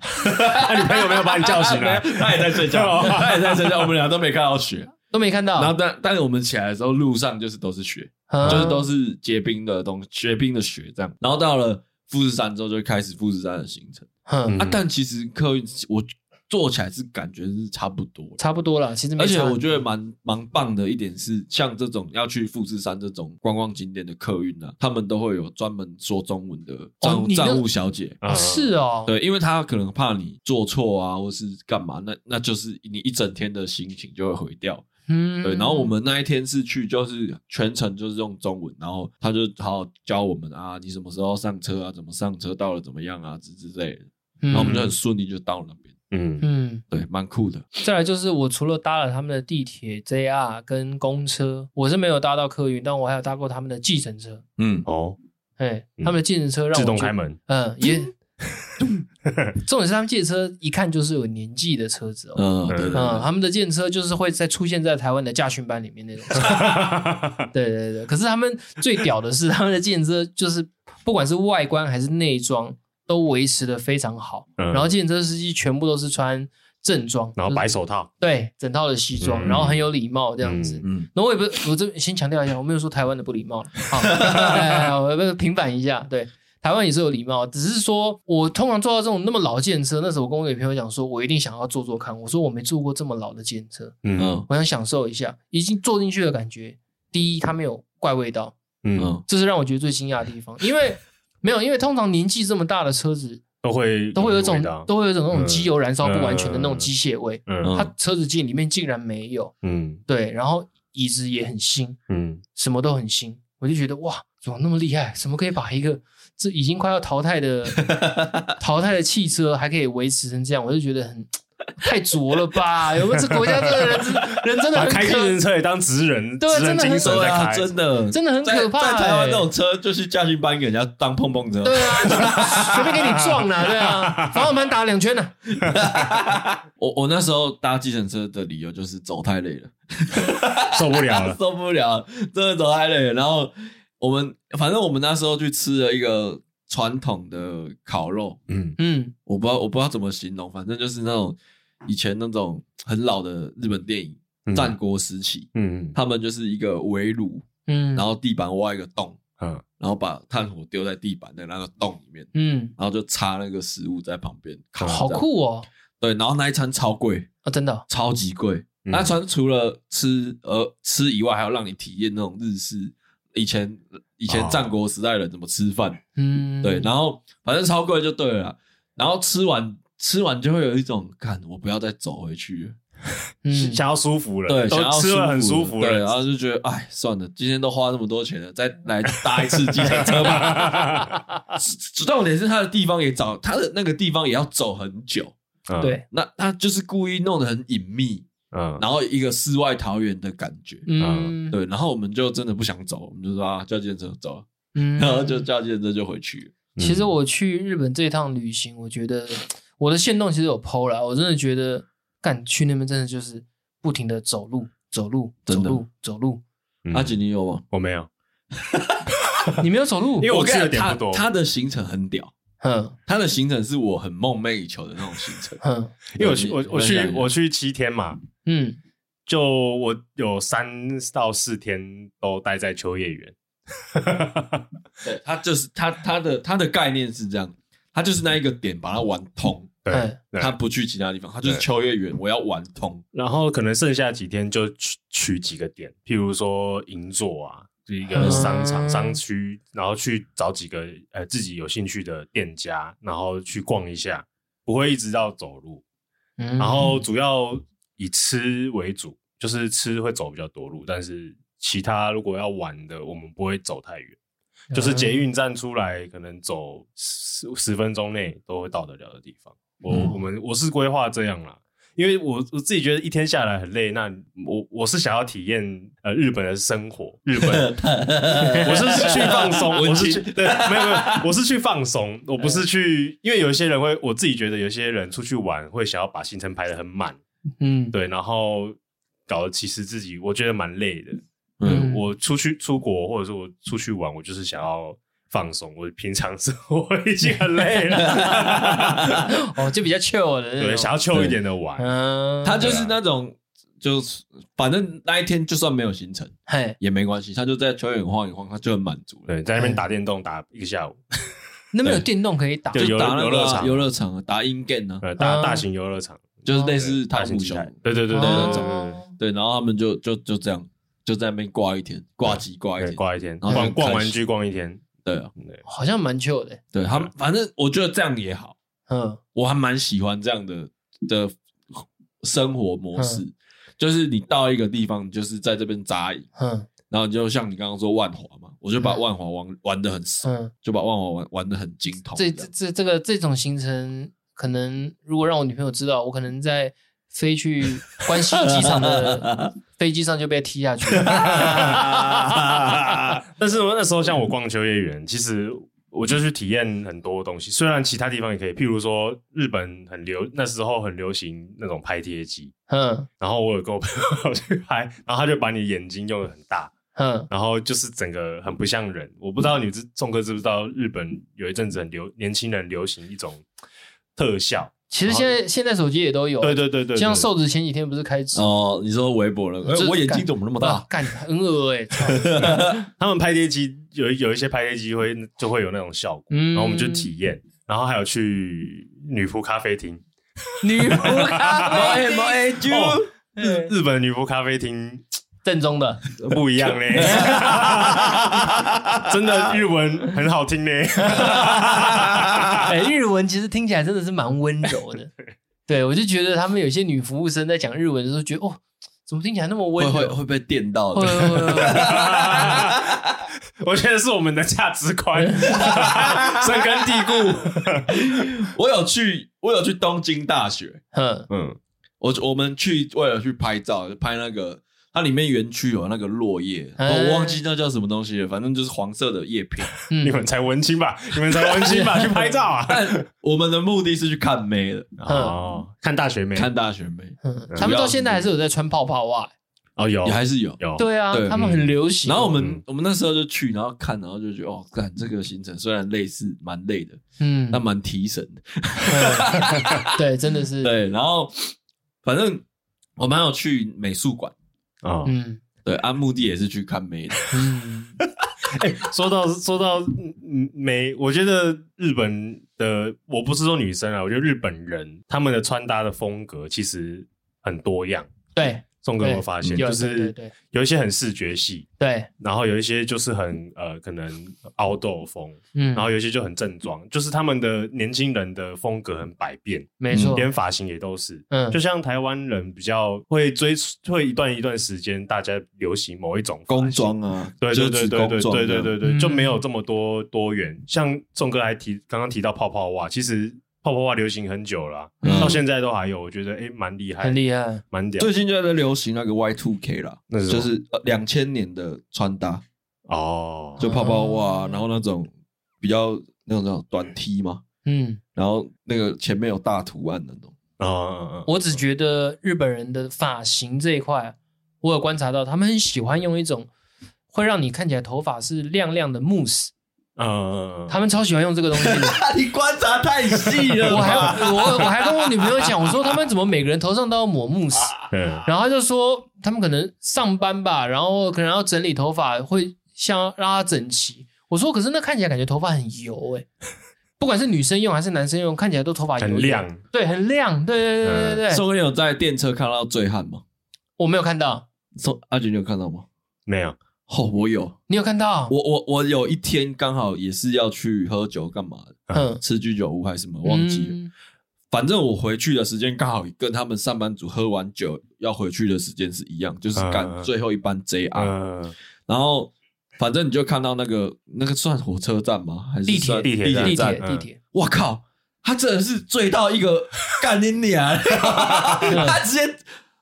那你朋友没有把你叫醒啊嗯 <laughs> 来？ <laughs> 他也在睡觉，啊他也在睡 <laughs> 觉，我们俩都没看到雪。都没看到，然后但但是我们起来的时候，路上就是都是雪，啊就是都是结冰的东结冰的雪这样。然后到了富士山之后，就开始富士山的行程嗯嗯啊。但其实客运我坐起来是感觉是差不多的。差不多了，其实没而且差我觉得蛮蛮棒的一点是，像这种要去富士山这种观光景点的客运啊，他们都会有专门说中文的站务哦你那站务小姐。哦是啊，哦，对，因为他可能怕你做错啊，或是干嘛，那那就是你一整天的心情就会毁掉。嗯，对，然后我们那一天是去，就是全程就是用中文，然后他就好好教我们啊，你什么时候上车啊，怎么上车，到了怎么样啊，之之类的。然后我们就很顺利就到了那边。嗯，嗯，对，蛮酷的。再来就是我除了搭了他们的地铁、JR 跟公车，我是没有搭到客运，但我还有搭过他们的计程车。嗯，哦，哎，嗯他们的计程车让我自动觉得开门，嗯，也重点是他们借车一看就是有年纪的车子哦。嗯，对对嗯，对，他们的借车就是会在出现在台湾的驾训班里面那种车。对对对，可是他们最屌的是，他们的借车就是不管是外观还是内装都维持的非常好， <laughs> 嗯然后借车司机全部都是穿正装，然后白手套，对整套的西装，嗯然后很有礼貌这样子。嗯嗯那我也不是，我这边先强调一下，我没有说台湾的不礼貌，好， <laughs> 哎哎哎我不是平反一下，对，台湾也是有礼貌，只是说我通常坐到这种那么老的建车，那时候我跟我女朋友讲说，我一定想要坐坐看，我说我没坐过这么老的建车，嗯嗯我想享受一下，已经坐进去的感觉。第一，它没有怪味道，嗯，嗯，这是让我觉得最惊讶的地方，<laughs> 因为没有，因为通常年纪这么大的车子都会都会有一味种道都会有一种那种嗯机油燃烧不完全的那种嗯机械味，嗯它车子进里面竟然没有，嗯对，然后椅子也很新。嗯什么都很新，我就觉得哇，怎么那么厉害？怎么可以把一个这已经快要淘 <laughs> 汰的淘汰的汽车还可以维持成这样？我就觉得很太拙了吧？有没有这国家这个人真人真 <laughs> 的把 <laughs> 很开计可程车也当职人，对啊职人精神真在的开， <laughs> 真的，真的很可怕、欸嗯在在台湾那种车就是驾训班给人家当碰碰车，对啊， <laughs> 随便给你撞了，对啊，防火门打两圈呢、 <laughs> 我我那时候搭计程车的理由就是走太累了，受不了了 <laughs> 。受不了，真的走太累了。然后我们反正我们那时候去吃了一个传统的烤肉，嗯嗯我不知道我不知道怎么形容，反正就是那种以前那种很老的日本电影嗯战国时期，嗯他们就是一个围炉，嗯，然后地板挖一个洞，嗯然后把炭火丢在地板的那个洞里面，嗯，然后就插那个食物在旁边烤，好这样。酷哦对，然后那一餐超贵，啊，真的哦、超级贵。嗯那船除了吃呃吃以外，还要让你体验那种日式以前以前哦战国时代人怎么吃饭，嗯，对，然后反正超贵就对了啦。然后吃完吃完就会有一种，看我不要再走回去了，嗯想要舒服了，对，都想要吃了很舒舒服了对，然了。后就觉得哎算了，今天都花那么多钱了，再来搭一次计程车吧。 <laughs> 重点是他的地方也找，他的那个地方也要走很久，嗯，对，那他就是故意弄得很隐秘，嗯，然后一个世外桃源的感觉。嗯，对，然后我们就真的不想走，我们就说啊，叫计程车走，嗯，然后就嗯叫计程车就回去。嗯其实我去日本这一趟旅行，我觉得我的线动其实有 PO 啦，我真的觉得干去那边真的就是不停的走路，走路，走真的路，走路。嗯阿啊锦，你有吗？我没有，你没有走 <laughs> 路因为？我跟去的你讲点他不多他的行程很屌，哼。他的行程是我很梦寐以求的那种行程哼， <laughs> 因为我去我我去我去去七天嘛，嗯，就我有三到四天都待在秋叶原。 <laughs> 对他就是他他的他的概念是这样，他就是那一个点把它玩通，对嗯，对他不去其他地方，他就是对秋叶原，我要玩通。然后可能剩下几天就取取几个点，譬如说银座啊，就一个商场、嗯商区，然后去找几个呃自己有兴趣的店家，然后去逛一下，不会一直到走路。然然后主要以吃为主，就是吃会走比较多路，但是其他如果要玩的，我们不会走太远，就是捷运站出来，可能走十十分钟内都会到得了的地方。我、嗯我们我是规划这样啦。因为我我自己觉得一天下来很累，那我我是想要体验呃日本的生活，日本 <laughs> 我是去放松，我文是青去对，没有没有，我是去放松，我不是去，因为有一些人会，我自己觉得有些人出去玩会想要把行程排得很满，嗯，对，然后搞得其实自己我觉得蛮累的。 <laughs> 嗯嗯我出去出国或者是我出去玩，我就是想要放松，我平常生活已经很累了，哦，就比较 chill 的那种，对，想要秋一点的玩，嗯，他就是那种，就是反正那一天就算没有行程嘿，也没关系，他就在秋叶原晃一晃，他就很满足了。对，在那边打电动打一个下午，那边有对电动可以打，对就游打那游个乐啊场游乐场啊打 in game 呢，呃，大嗯大型游乐场，就是类似大太型虎机熊台，对对对对哦对对对对，然后他们就就就这样，就在那边挂一天，挂机挂一对，天，逛一天，然后就逛很逛开玩心具逛一天，对啊，对，好像蛮 chill 的，对他们，反正我觉得这样也好，嗯我还蛮喜欢这样的的生活模嗯式，就是你到一个地方，你就是在这边扎营，嗯然后你就像你刚刚说万华嘛，我就嗯把万华玩玩的很熟，嗯，就把万华玩玩的很精通，这这这这这个这种行程，可能如果让我女朋友知道，我可能在飞去关西机场的 <laughs> 飞机上就被踢下去了。但是我那时候像我逛秋叶原，其实我就去体验很多东西。虽然其他地方也可以，譬如说日本很流，那时候很流行那种拍贴机，嗯然后我有跟我朋友去拍，然后他就把你眼睛用的很大，嗯，然后就是整个很不像人。我不知道你知仲哥知不知道，日本有一阵子很流年轻人流行一种特效，其实现在现在手机也都有，对对对对对，就像瘦子前几天不是开直播哦，你说微博那个，这哎我眼睛怎么那么啊哦大？干很恶哎、操他们拍贴机有有一些拍贴机会就会有那种效果，嗯 <laughs> 然后我们就体验，然后还有去女仆咖啡厅， <laughs> 女仆咖 <laughs> 啡厅 A 就哦对日本女仆咖啡厅正宗的，不一样嘞，真的日文很好听嘞， <laughs> 哎、日文其实听起来真的是蛮温柔的。对，我就觉得他们有些女服务生在讲日文的时候，觉得哦，怎么听起来那么温会柔？会会被电到 <laughs> 会的。会会会我觉得是我们的价值观深根蒂固，嗯我有去，我有去东京大学，嗯嗯，我我们去为了去拍照，就拍那个它里面园区有那个落叶，哎我忘记那叫什么东西了，反正就是黄色的叶片。你嗯们才文青吧，你们才文青吧，去拍照啊，但我们的目的是去看妹的，哦，看大学妹，看大学妹，嗯，他们到现在还是有在穿泡泡袜、哦有也还是有。有，对啊，对他们很流行。然后我们嗯我们那时候就去，然后看，然后就觉得哦，干这个行程虽然类似蛮累的，嗯但，蛮提神的。对，真的是，对，然后反正我们还有去美术馆，哦嗯对，按、目的也是去看妹的。嗯，哎说到说到嗯美，我觉得日本的我不是说女生啊，我觉得日本人他们的穿搭的风格其实很多样。对，宋哥有没有发现，嗯有就对对是对有一些很视觉系，对，然后有一些就是很呃可能凹豆风，嗯然，后有一些就很正装，就是他们的年轻人的风格很百变，没错，连发型也都是。嗯，就像台湾人比较会追，会一段一段时间，大家流行某一种发型 <laughs> 工装啊，<laughs> 对就对是对指对工对装对这对样对嗯对，就没有这么多多元。像仲哥还提刚刚提到泡泡袜，其实泡泡袜流行很久了啊、嗯到现在都还有，我觉得哎蛮厉害，很厉害。蛮屌最近就在流行那个 Y two K 啦，那是什就么是呃两千年的穿搭，哦。就泡泡袜，啊哦然后那种比较那种那种短 T 嘛，嗯，然后那个前面有大图案的那种，嗯嗯嗯，我只觉得日本人的发型这一块，我有观察到，他们很喜欢用一种会让你看起来头发是亮亮的慕斯，嗯嗯嗯，他们超喜欢用这个东西的。 <laughs> 你观察太细 <laughs> 我还我我还跟我女朋友讲，我说他们怎么每个人头上都要抹慕斯，嗯然后她就说他们可能上班吧，然后可能要整理头发，会像让它整齐。我说可是那看起来感觉头发很油哎、不管是女生用还是男生用，看起来都头发油油很，亮，嗯对，很亮，对对对对对对，宋哥有在电车看到醉汉吗？我没有看到，宋阿杰，你有看到吗？没有哦，我有，你有看到？我我我有一天刚好也是要去喝酒干嘛的，嗯，吃居酒屋还是什么，忘记了。嗯反正我回去的时间刚好跟他们上班族喝完酒要回去的时间是一样，就是赶嗯最后一班 JR。嗯，然后反正你就看到那个那个算火车站吗？还是地铁算地铁站铁地铁站？地铁，我靠，他真的是醉到一个干你 <laughs> 娘！他直接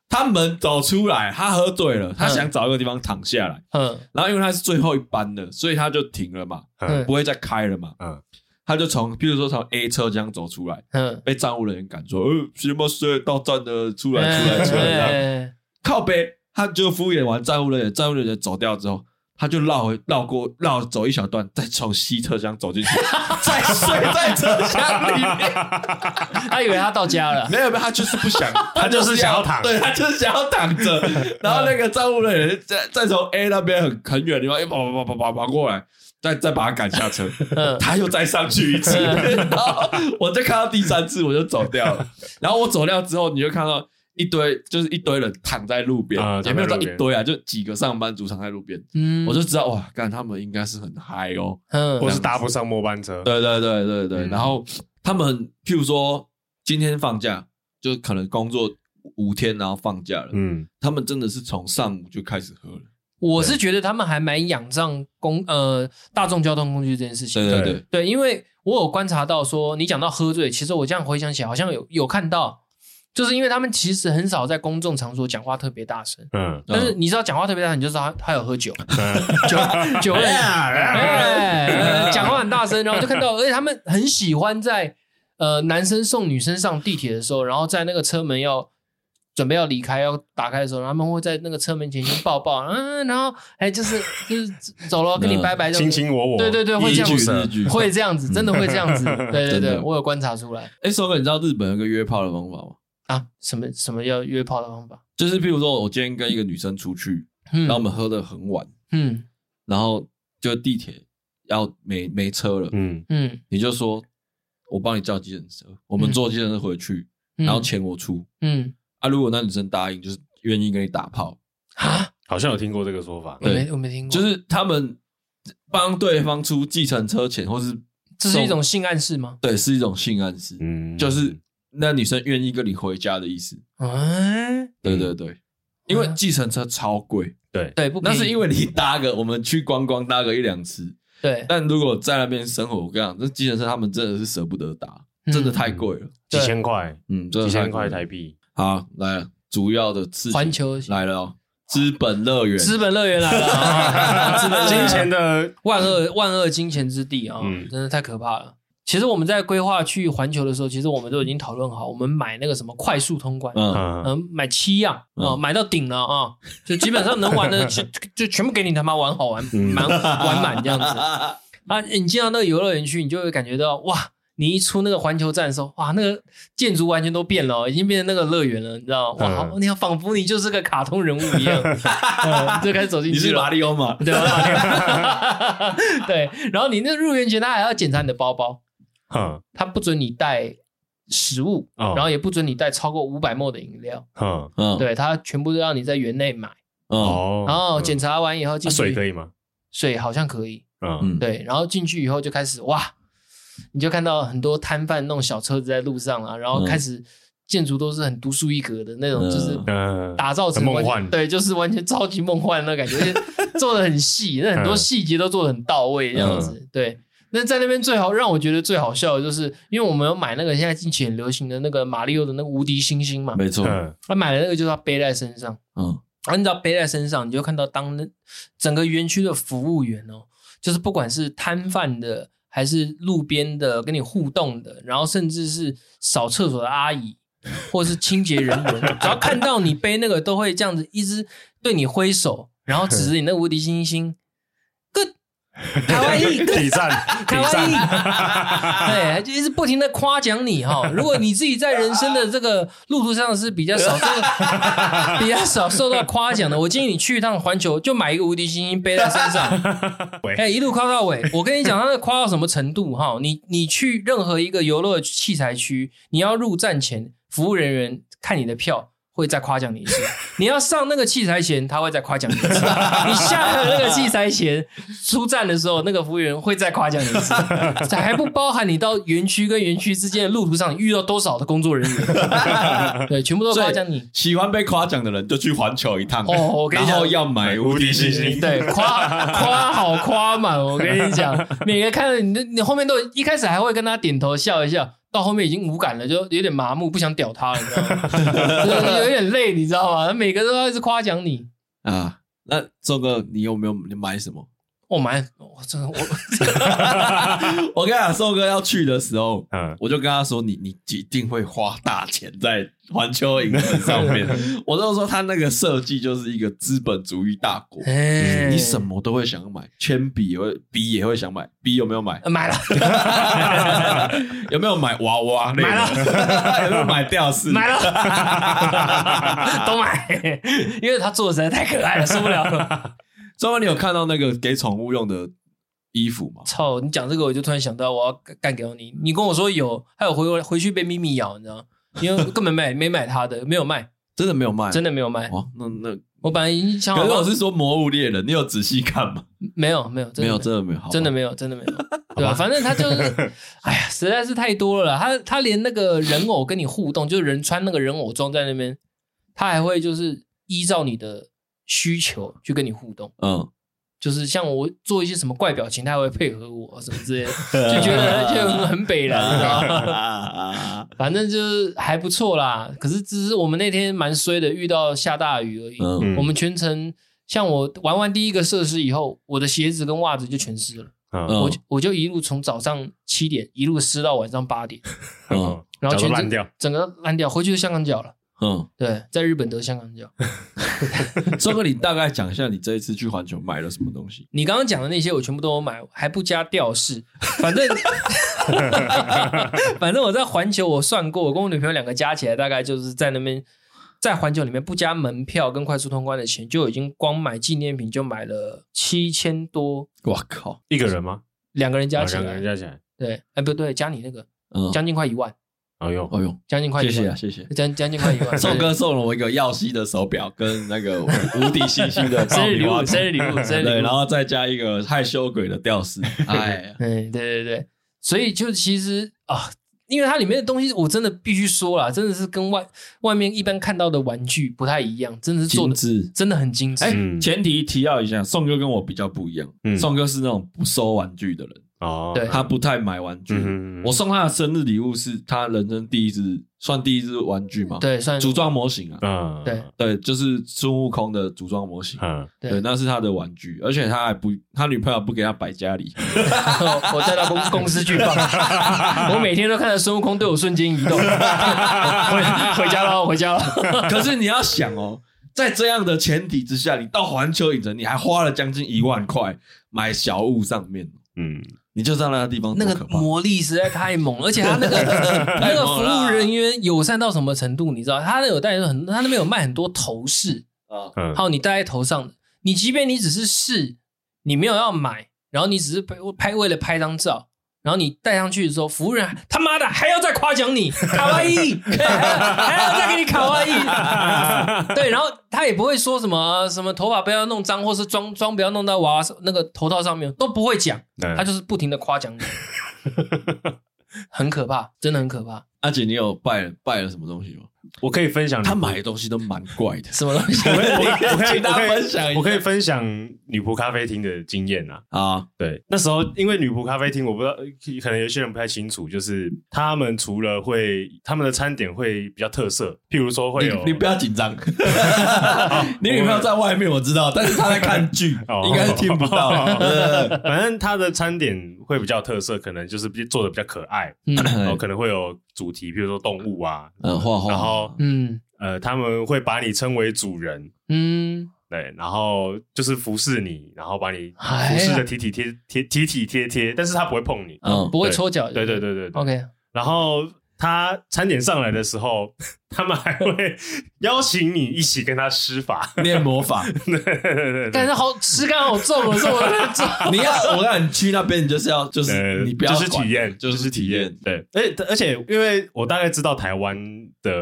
他门走出来，他喝醉了，他想找一个地方躺下来。嗯然后因为他是最后一班的，所以他就停了嘛，嗯嗯不会再开了嘛。嗯他就从，比如说从 A 车这样走出来，嗯，被站务人员赶说：“呃，什么谁到站的，出来出来出来！”这样哎靠背，他就敷衍完站务人员，站务人员走掉之后，他就绕回绕过绕走一小段，再从西车厢走 <laughs> 进去，再睡在车厢里面。他以为哎他到家了， <laughs> 没有没有，他就是不 <laughs> 想，他就是想要躺对他就是想要躺 <laughs> 着。然后那个站务人员再再从 A 那边很很远的地方，又哎跑跑跑跑跑跑过来。再再把他赶下车，嗯他又再上去一次，嗯然后我再看到第三次我就走掉了。然后我走掉之后，你就看到一堆就是一堆人躺在路边，啊也没有到躺在路一边堆啊，就几个上班族躺在路边，嗯，我就知道哇，干他们应该是很嗨哦。嗯或是搭不上末班车，对对对对对，嗯然后他们譬如说今天放假，就可能工作五天，然后放假了，嗯，他们真的是从上午就开始喝了。我是觉得他们还蛮仰仗公呃大众交通工具这件事情。对对对对，对因为我有观察到说，你讲到喝醉，其实我这样回想起来，好像有有看到，就是因为他们其实很少在公众场所讲话特别大声。嗯，但是你知道讲话特别大声，你就知道他他有喝酒，嗯 <laughs> 酒酒味，啊哎，呃讲话很大声，然后就看到，而且哎他们很喜欢在呃男生送女生上地铁的时候，然后在那个车门要准备要离开要打开的时候，他们会在那个车门前先抱抱，嗯，然后哎就是就是走了，跟你拜拜，这样卿子卿我我，对对对，会这样日剧子日剧，会这样子，真的会这样子，对对真对，的我有观察出来哎，说哥，你知道日本有个约炮的方法吗？啊，什么什么要约炮的方法，就是譬如说，我今天跟一个女生出去，嗯然后我们喝的很晚，嗯然后就地铁要没没车了，嗯，嗯，你就说我帮你叫计程车，我们坐计程车回去，嗯然后钱我出。嗯啊，如果那女生答应，就是愿意跟你打炮，啊，好像有听过这个说法，我对没我没听过，就是他们帮对方出计程车钱，或是这是一送种性暗示吗？对，是一种性暗示，嗯，就是那女生愿意跟你回家的意思。哎，对对对，因为计程车超贵，对，对，不那便宜，是因为你搭个我们去观光搭个一两次，对但如果在那边生活，我跟你讲，这计程车他们真的是舍不得搭，嗯真的太贵了。几对千块，嗯，真几的太千贵块了台币，好来了，主要的刺激环球来了哦，资本乐园，资本乐园来了啊，资本乐园金钱的，万恶万恶金钱之地啊，嗯真的太可怕了。其实我们在规划去环球的时候，其实我们都已经讨论好，我们买那个什么快速通关，嗯、嗯，嗯，买七样啊、嗯买到顶了啊， <laughs> 就基本上能玩的 <laughs> 就就全部给你他妈玩好玩嗯满玩满 <laughs> 这样子。啊，你进到那个游乐园区，你就会感觉到哇，你一出那个环球站的时候，哇，那个建筑完全都变了哦，已经变成那个乐园了，你知道吗？哇，嗯好你好仿佛你就是个卡通人物 <laughs> 一样，嗯就开始走进 <laughs> 你去是了马。里奥吗？对吧？对，然后你那入园前他还要检查你的包包，哼他不准你带食物，哦然后也不准你带超过五百 ml 的饮料，哼，嗯，对他全部都让你在园内买。嗯，哦，然后嗯检查完以后进啊去，水可以吗？水好像可以，嗯嗯，对，然后进去以后就开始哇，你就看到很多摊贩那种小车子在路上啊，然后嗯开始建筑都是很独树一格的那种，就是嗯嗯，打造成很梦完全幻对，就是完全超级梦幻的那感觉，而 <laughs> 且做的很细，那很多嗯细节都做的很到位，这样子。对，那在那边最好让我觉得最好笑的就是，因为我们有买那个现在近期很流行的那个马里奥的那个无敌星星嘛，没错，嗯他买了那个就是要背在身上，嗯， <laughs> 然后你只要背在身上，你就看到当那整个园区的服务员哦，就是不管是摊贩的。还是路边的跟你互动的，然后甚至是扫厕所的阿姨，或是清洁人员，只要看到你背那个，都会这样子一直对你挥手，然后指着你那无敌星星，good，台湾 <laughs> 体意 good，赞，台体湾意，赞，对，就一直不停的夸奖你哈。如果你自己在人生的这个路途上是比较少受到比较少受到夸奖的，我建议你去一趟环球，就买一个无敌星星背在身上，喂哎、一路夸到尾。我跟你讲，他那夸到什么程度哈？你你去任何一个游乐器材区，你要入站前，服务人员看你的票。会再夸奖你一次，你要上那个器材前，他会再夸奖你一次；你下了那个器材前，出站的时候，那个服务员会再夸奖你一 <laughs> 次。这还不包含你到园区跟园区之间的路途上遇到多少的工作人员， <laughs> 对，全部都夸奖你。喜欢被夸奖的人就去环球一趟哦我跟你讲然后要买无敌星星， <laughs> 对，夸夸好夸满，我跟你讲，每个看到你的，你后面都一开始还会跟他点头笑一笑，到后面已经无感了，就有点麻木，不想屌他了，你知道 <laughs> 吗？就是有点累，你知道吗？每个都要一直夸奖你。啊。那周哥，你有没有你买什么？我蛮，我真 <laughs> 的我，我跟你讲，周哥要去的时候， <laughs> 嗯，我就跟他说：“你你一定会花大钱在环球影城上 <laughs> 面。”我就说他那个设计就是一个资本主义大国，哎你什么都会想买，铅笔也会，笔也会想买，笔有没有 <laughs> 买？买了，有没有买娃娃类的？买 <laughs> 有没有买吊饰？买了，都买，因为他做的实在太可爱了，受不了了。 <laughs> 专门你有看到那个给宠物用的衣服吗？操！你讲这个，我就突然想到我要干干掉你。你跟我说有，还有回回去被咪咪咬，你知道吗？因为根本买没买他的，没 <laughs> 有卖，真的没有卖，真的的没有卖。哇！那那我本来已经想好哦可是了，我是说《魔物猎人》，你有仔细看吗？没有没有真的没有，真真的没有，好吧真的没有真的没有，对吧、反 <laughs> 正他就是，哎呀，实在是太多了啦。他他连那个人偶跟你互动，就是人穿那个人偶装在那边，他还会就是依照你的需求去跟你互动。嗯，就是像我做一些什么怪表情，他还会配合我什么之 <laughs> 类的，就觉得就很很北然，你 <laughs> 知 <laughs> 道吗？啊反正就是还不错啦。可是只是我们那天蛮衰的，遇到下大雨而已。嗯，嗯我们全程像我玩完第一个设施以后，我的鞋子跟袜子就全湿了，嗯嗯我就我就一路从早上七点一路湿到晚上八点，嗯嗯，然后脚都全程烂掉，整个烂掉，回去就香港脚了。嗯，对，在日本得香港脚。周哥，你大概讲一下你这一次去环球买了什么东 <laughs> 西？你刚刚讲的那些我全部都有买，还不加吊饰。反正反正我在环球我算过，我跟我女朋友两个加起来大概就是在那边在环球里面不加门票跟快速通关的钱，就已经光买纪念品就买了七千多，我靠，一个人吗？两个人加啊起两个来人，加起来，对，哎不对，加你那个嗯，将近快一万，哎呦，哎呦，将近快一谢万，谢啊，谢谢。将将近快一 <laughs> 万。宋哥送了我一个耀西的手表跟那个无敌星星 <laughs> 的爆生日米礼花物，筒生日礼 <laughs> 物，生日对，礼物然。后再加一个害羞鬼的吊饰，哎，嗯，对对对，所以就其实啊，因为它里面的东西，我真的必须说啦，真的是跟外外面一般看到的玩具不太一样，真的是做 <laughs> 精的致。真的很精致。哎、嗯前提提要一下，宋哥跟我比较不一样，嗯宋哥是那种不收玩具的人，哦，对他不太买玩具。嗯我送他的生日礼物是他人生第一只，算第一只玩具嘛，，对，算组装模型啊，嗯，对 <laughs> 对，就是孙悟空的组装模型。嗯，对对，那是他的玩具，而且他还不，他女朋友不给他摆家 <laughs> 里，我带到公公司去 <laughs> 放，我每天都看着孙悟空对我瞬间移动，回回家了，回家了。可是你要想哦，在这样的前提之下，你到环球影城，你还花了将近一万块买小物上面，嗯，你就知道那个地方那多个可怕。魔力实在太猛了，而且他那个那个服务人员友善到什么程度，你知道？他有带很，他那边有卖很多头饰，啊，嗯，还有你戴在头上的，你即便你只是试，你没有要买，然后你只是拍拍为了拍张照，然后你戴上去的时候，服务人还他妈的还要再夸奖你，卡哇伊， <laughs> 还要再给你卡哇伊，对，然后他也不会说什么什么头发不要弄脏，或是妆妆不要弄到娃娃那个头套上面，都不会讲，对他就是不停的夸奖你，很可怕，真的很可怕，阿姐，你有拜拜了什么东西吗？我可以分享他买的东西都蛮怪的。什么东西我？可以我可以我 <laughs> 可以请大家分享一下我可以分享女仆咖啡厅的经验 <laughs> 啊。啊，对，那时候因为女仆咖啡厅，我不知道，可能有些人不太清楚，就是他们除了会他们的餐点会比较特色，譬如说会你有你不要紧 <laughs> 张， <laughs> 你女朋友在外面我知道，但是她在看剧，哦应该是听不到。啊 <laughs> 嗯对反正它的餐点会比较特色，可能就是比做的比较可爱，嗯然后可能会有主题，比如说动物啊，嗯，画画，然后嗯呃，他们会把你称为主人，嗯，对，然后就是服侍你，然后把你哎服呀侍的体体贴贴体体贴贴，但是他不会碰你。嗯不会搓脚，对对对对对。 ，OK。然后他餐点上来的时候， <laughs> 他们还会邀请你一起跟他施法。念魔法。对对对但对。是好吃感好重，我说我在重。你要我让你去那边，你就是要就呃是你不要就是管体验，就是体验。对，而且而且，因为我大概知道台湾的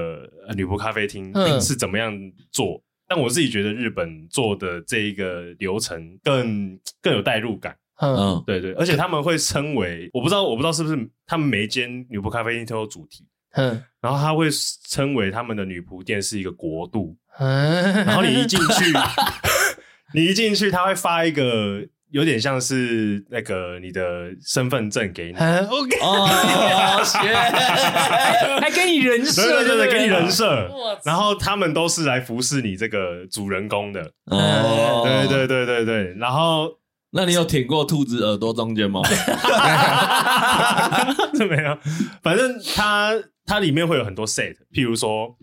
呃女仆咖啡厅嗯是怎么样做，但我自己觉得日本做的这一个流程更更有代入感。嗯嗯，对对，而且他们会称为，我不知道，我不知道是不是他们每一间女仆咖啡厅都有主题，嗯然后他会称为他们的女仆店是一个国度，嗯，然后你一进去，你一进去，他会发一个有点像是那个你的身份证 <laughs> 给你，嗯 OK，哦，学。还给你人设，对对对对对，不给你人。设。哇塞然后他们都是来服侍你这个主人公的，哦，对对对对对。然后 <laughs> 那你有舔过兔子耳朵中间吗？这没有，反正它它里面会有很多 set，譬如说，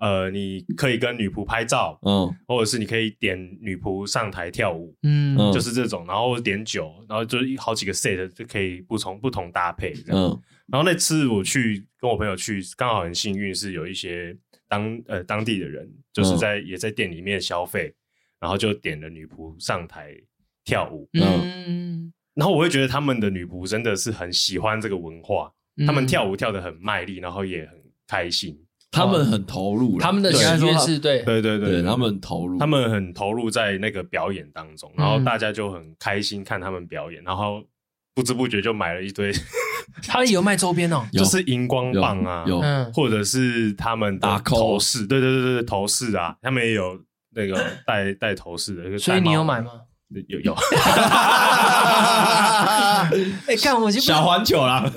呃，你可以跟女仆拍照，嗯或者是你可以点女仆上台跳舞，嗯嗯就是这种，然后点酒，然后就是好几个 set 就可以不同不同搭配这样。嗯然后那次我去跟我朋友去，刚好很幸运是有一些当呃当地的人，嗯就是在、也在店里面消费，然后就点了女仆上台跳舞，嗯，然后我会觉得他们的女仆真的是很喜欢这个文化，他嗯们跳舞跳得很卖力，然后也很开心。他们很投入啦，他们的应该喜说悦他是对，对对对他们很投入， <laughs> 他们很投入在那个表演当中，然嗯后大家就很开心看他们表演，然后不知不觉就买了一堆，他们有卖周边哦。有就是荧光棒啊，有嗯或者是他们的打 call 头 <laughs> 饰，对对对对，头饰啊，他们也有那个戴戴头饰的，所以你有戴帽买子？吗？有 <laughs> 有，哎，看我就不小环球啦，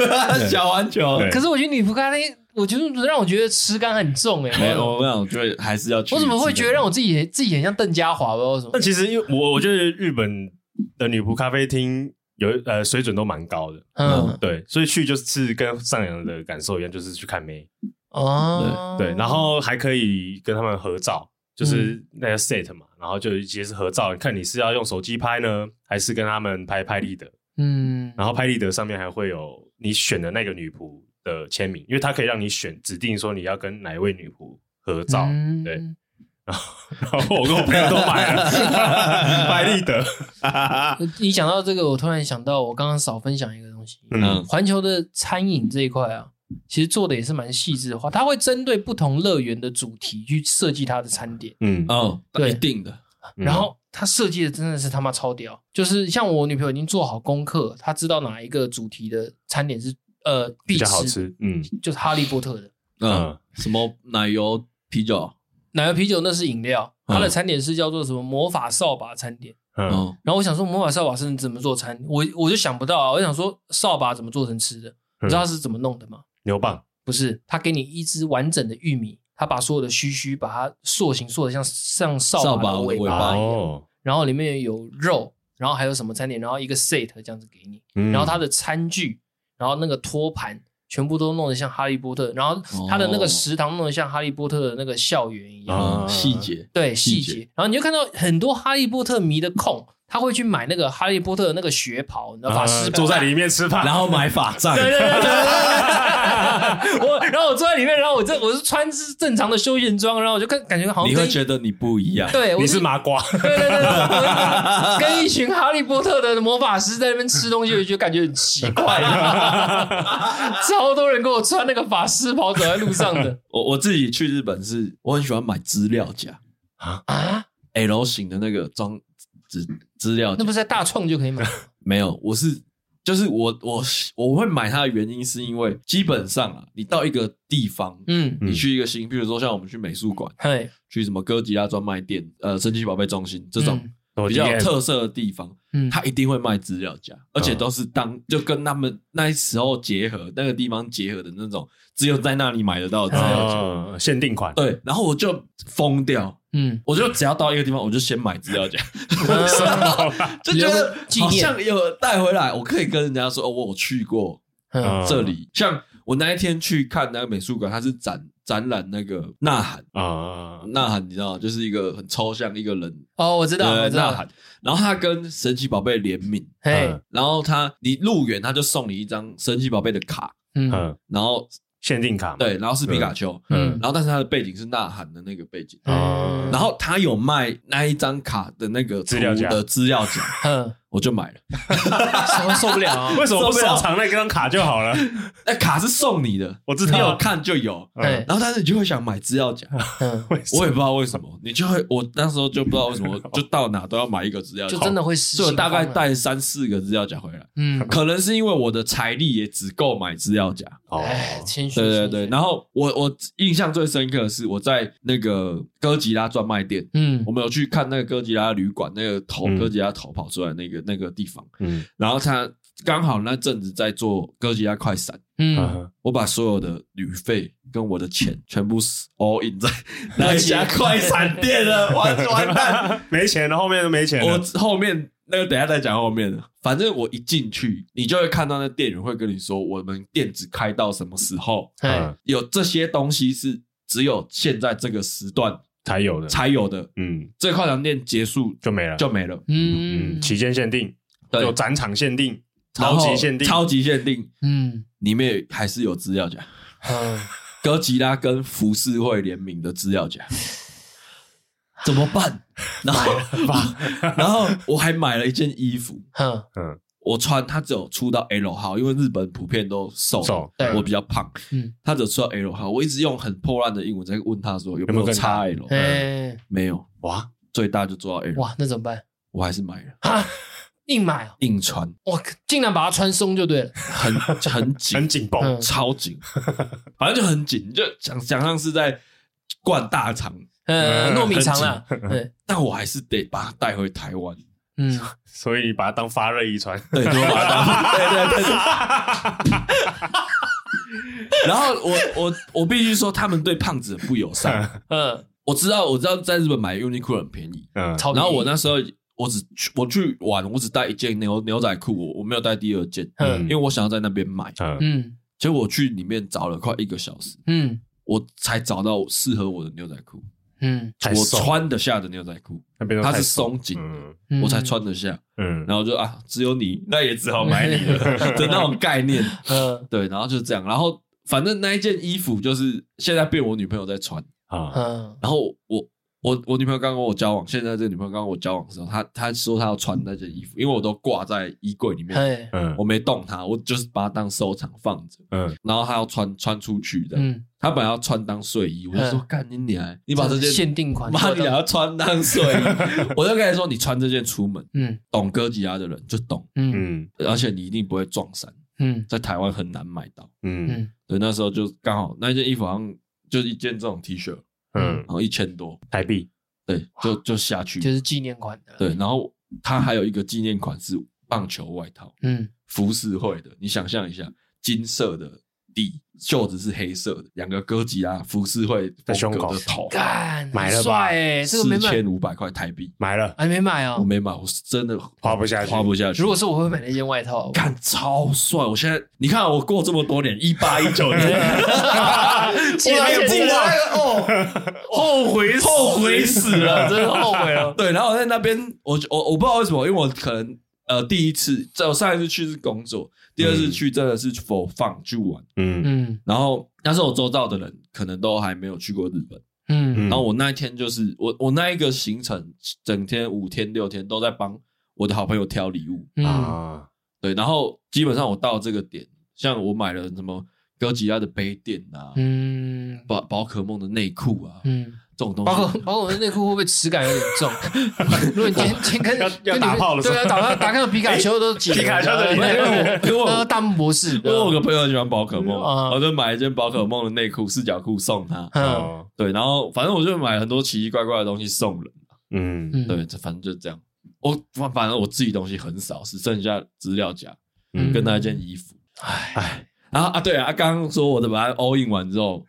小环球。对可是我觉得女仆咖啡，我觉得让我觉得吃感很重哎、没有，我想，我觉得还是要去。我怎么会觉得让我自己自己很像邓家华？不知道为什么但其实因为我我觉得日本的女仆咖啡厅有呃水准都蛮高的，嗯，对，所以去就是跟上扬的感受一样，就是去看妹，哦，嗯对，然后还可以跟他们合照，就是那个 set 嘛，然后就一些是合照，看你是要用手机拍呢，还是跟他们拍拍立得，嗯，然后拍立得上面还会有你选的那个女仆的签名，因为它可以让你选指定说你要跟哪一位女仆合照，嗯对， <laughs> 然后我跟我朋友都买了拍立得，呃你讲到这个，我突然想到，我刚刚少分享一个东西，嗯嗯，环球的餐饮这一块啊，其实做的也是蛮细致化，它会针对不同乐园的主题去设计它的餐点，嗯，哦，对一定的，嗯然后它设计的真的是他妈超屌，就是像我女朋友已经做好功课，她知道哪一个主题的餐点是呃比必吃，较好吃，嗯就是哈利波特的嗯嗯，什么奶油啤酒，奶油啤酒那是饮料，它的嗯餐点是叫做什么魔法扫把餐点。嗯嗯，然后我想说魔法扫把是怎么做餐，我我就想不到啊，我想说扫把怎么做成吃的，你嗯知道它是怎么弄的吗？牛蒡，不是，他给你一只完整的玉米，他把所有的须须把它塑形，塑的像像扫把的尾扫把的尾巴巴一样，哦，然后里面有肉，然后还有什么餐点，然后一个 set 这样子给你，嗯然后它的餐具，然后那个托盘。全部都弄得像哈利波特，然后他的那个哦食堂弄得像哈利波特的那个校园一样，啊嗯细节，对细哦细节节，然后你就看到很多哈利波特迷的控，他会去买那个哈利波特的那个学袍，你知道法师呃袍坐在里面吃饭，然后买法杖， <laughs> 对对对对对对我然后我坐在里面，然后我这我是穿是正常的休闲装，然后我就看感觉好像你会跟觉得你不一样。对，我你是麻瓜，对对对对，我跟一群哈利波特的魔法师在那边吃东西，我就感觉很奇怪，超多人跟我穿那个法师袍走在路上的我我自己去日本是，我很喜欢买资料夹啊， ，L 型的那个装资资料夹那不，是在大创就可以买吗？没有，我是就是我我我会买它的原因是因为基本上啊，你到一个地方，嗯，你去一个新，比如说像我们去美术馆，嘿，去什么哥吉拉专卖店、呃神奇宝贝中心这种我比较今有天嗯特色的地方，嗯，他一定会卖资料夹，而且都是当就跟他们那时候结合那个地方结合的那种，只有在那里买得到的资料夹。嗯限定款，对，然后我就疯掉， <laughs> 嗯，我就只要到一个地方，我就先买资料夹，就你觉 <laughs> 就得纪好念像有带回来，我可以跟人家说哦，我有去过嗯嗯这里。像我那一天去看那个美术馆，它是展展览那个《呐喊》，啊《呐喊》你知道吗，就是一个很抽象一个人哦，我知道，呃我《知呐道喊，》，然后他跟神奇宝贝联名。嘿嗯，然后他你入园，他就送你一张神奇宝贝的卡，嗯嗯，然后限定卡嘛，对，然后是皮卡丘，嗯然后但是他的背景是呐喊的那个背景，嗯然后他有卖那一张卡的那个资料夹图的资料夹，嗯，我就买了。什么受不了啊？为什么不收想手藏那张卡就好了？那卡是送你的，我知你有道，啊看就有，对嗯，然后但是你就会想买资料夹，嗯，为什我么也不知道为什么，你就会我那时候就不知道为什么，就到哪都要买一个资料夹，就真的会失所以我心大概疯了，带三四个资料夹回来，嗯，可能是因为我的财力也只够买资料夹。哦，哎，谦虚，对对谦对，虚然后我我印象最深刻的是我在那个哥吉拉专卖店，嗯我们有去看那个哥吉拉旅馆，那个头、嗯哥吉拉头跑出来那个那个地方，嗯然后他刚好那阵子在做哥吉拉快闪，嗯，嗯我把所有的旅费跟我的钱全部 all <laughs> in 在那一家快闪店了，完完蛋！没钱了，后面都没钱了，我后面那个等一下再讲后面的，反正我一进去，你就会看到那店员会跟你说我们店只开到什么时候，哎嗯，有这些东西是只有现在这个时段才有的，才有的，嗯，这快闪店结束就没了，就没了，嗯嗯，期间限定，对有展场限定，然超后级限定，超级限定嗯里面还是有资料夹。嗯，哥吉拉跟浮世绘联名的资料夹，怎么办？然后， <laughs> 然后我还买了一件衣服，哼，嗯我穿它只有出到 L 号，因为日本普遍都瘦，瘦对我比较胖，嗯它只有出到 L 号。我一直用很破烂的英文在问他说有有没没有有更叉大 L，哎，没有，哇，最大就做到 L，哇，那怎么办我还是买了，啊？硬买哦，硬穿，我尽量把它穿松就对了。很很很紧，紧绷，嗯超紧，反正就很紧，你就想想象是在灌大肠，呃，嗯糯米肠啦，对，但我还是得把它带回台湾。嗯，所以你把它当发热衣穿。 <laughs> 对，就把它当对对对对。然后我我我必须说，他们对胖子很不友善。嗯，我知道我知道在日本买 Uniqlo 很便宜， <laughs> 嗯，超然哦后便宜我那时候我只去我去玩，我只带一件牛牛仔裤，我我没有带第二件，嗯因为我想要在那边买。嗯嗯结果我去里面找了快一个小时，嗯我才找到适合我的牛仔裤，嗯太我松穿得下的牛仔裤，那边都它太是松紧的，嗯嗯，我才穿得下。嗯，然后就啊，只有你，那也只好买你了 <laughs> <laughs> 的那种概念。嗯对，然后就这样，然后反正那一件衣服就是现在变我女朋友在穿，啊，嗯然后我我我女朋友刚跟我交往，现在这个女朋友刚跟我交往的时候，她她说她要穿那件衣服，因为我都挂在衣柜里面，嘿嗯我没动它，我就是把它当收藏放着，嗯，然后她要穿穿出去的，嗯，她本来要穿当睡衣，我就说嗯干你娘，你把这件限定款妈做你到，俩要穿当睡衣，我就跟她说你穿这件出门，嗯懂哥吉拉的人就懂，嗯嗯而且你一定不会撞衫，嗯在台湾很难买到。嗯嗯对，那时候就刚好那件衣服好像就一件这种 T 恤，然嗯，后一千多，台币，对，就就下去。嗯就是纪念款的，对，，然后它还有一个纪念款是棒球外套，嗯浮世绘的，你想象一下，金色的底，袖子是黑色的，两个哥吉拉浮世绘在胸风格口的头，干买了吧很帅哎，这个没四买千，五百块台币，买了，还没买我哦。没买，我是真的花不下去花不下去。如果是我会买那件外套，看超帅，我现在你看我过这么多年，一八一九年，姐我也姐不真的买哦，后悔 <laughs> 死后悔死 <laughs> 了，真的后 <laughs> 悔了。对，然后我在那边，我就我我不知道为什么，因为我可能呃第一次，在我上一次去是工作，第二次去真的是否放去玩，嗯嗯然后但是我周遭的人可能都还没有去过日本，嗯然后我那一天就是我我那一个行程，整天五天六天都在帮我的好朋友挑礼物，嗯啊，对，然后基本上我到这个点，像我买了什么哥吉拉的杯垫啊，嗯宝宝可梦的内裤啊，嗯，这种东包括西。包括我的内裤会不会质感有点重？如果你今天今天跟要跟要你打炮的时候对啊，打炮打开到皮卡丘都挤皮卡丘的里面因为我那个大木博士，因为我有个朋友喜欢宝可梦，嗯啊我就买一件宝可梦的内裤、四角裤送他。嗯哦对，然后反正我就买很多奇奇怪怪的东西送人。嗯嗯对，这反正就这样。我反反正我自己东西很少，只剩下资料夹嗯跟那一件衣服。哎然后啊，对啊，刚刚说我的把它 all in 完之后，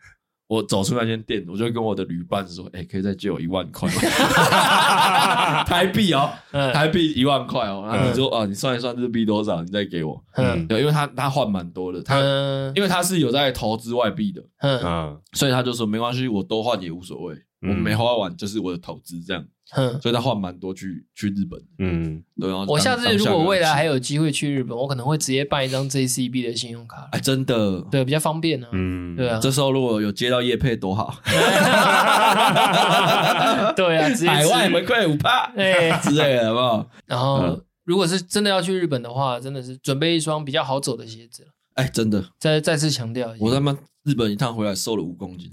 我走出那间店，我就跟我的旅伴说：“哎、可以再借我一万块吗 <laughs> 台币哦，嗯台币一万块哦。”然后你说：“啊，你算一算日币多少，你再给我。”嗯对，因为他他换蛮多的，他嗯因为他是有在投资外币的，嗯嗯所以他就说没关系，我多换也无所谓，嗯我没花完就是我的投资这样，嗯。所以他换蛮多去去日本，嗯，对，然后我下次如果未来还有，有机会去日本，我可能会直接办一张 JCB 的信用卡，哎，真的，对，比较方便呢。嗯对啊，这时候如果有接到叶配多好， <laughs> 对啊，直接海外吃回馈五趴哎 <laughs> 之类的，好不好？然后嗯，如果是真的要去日本的话，真的是准备一双比较好走的鞋子了。哎，真的，再再次强调一下，我他妈日本一趟回来瘦了五公 <laughs> 斤，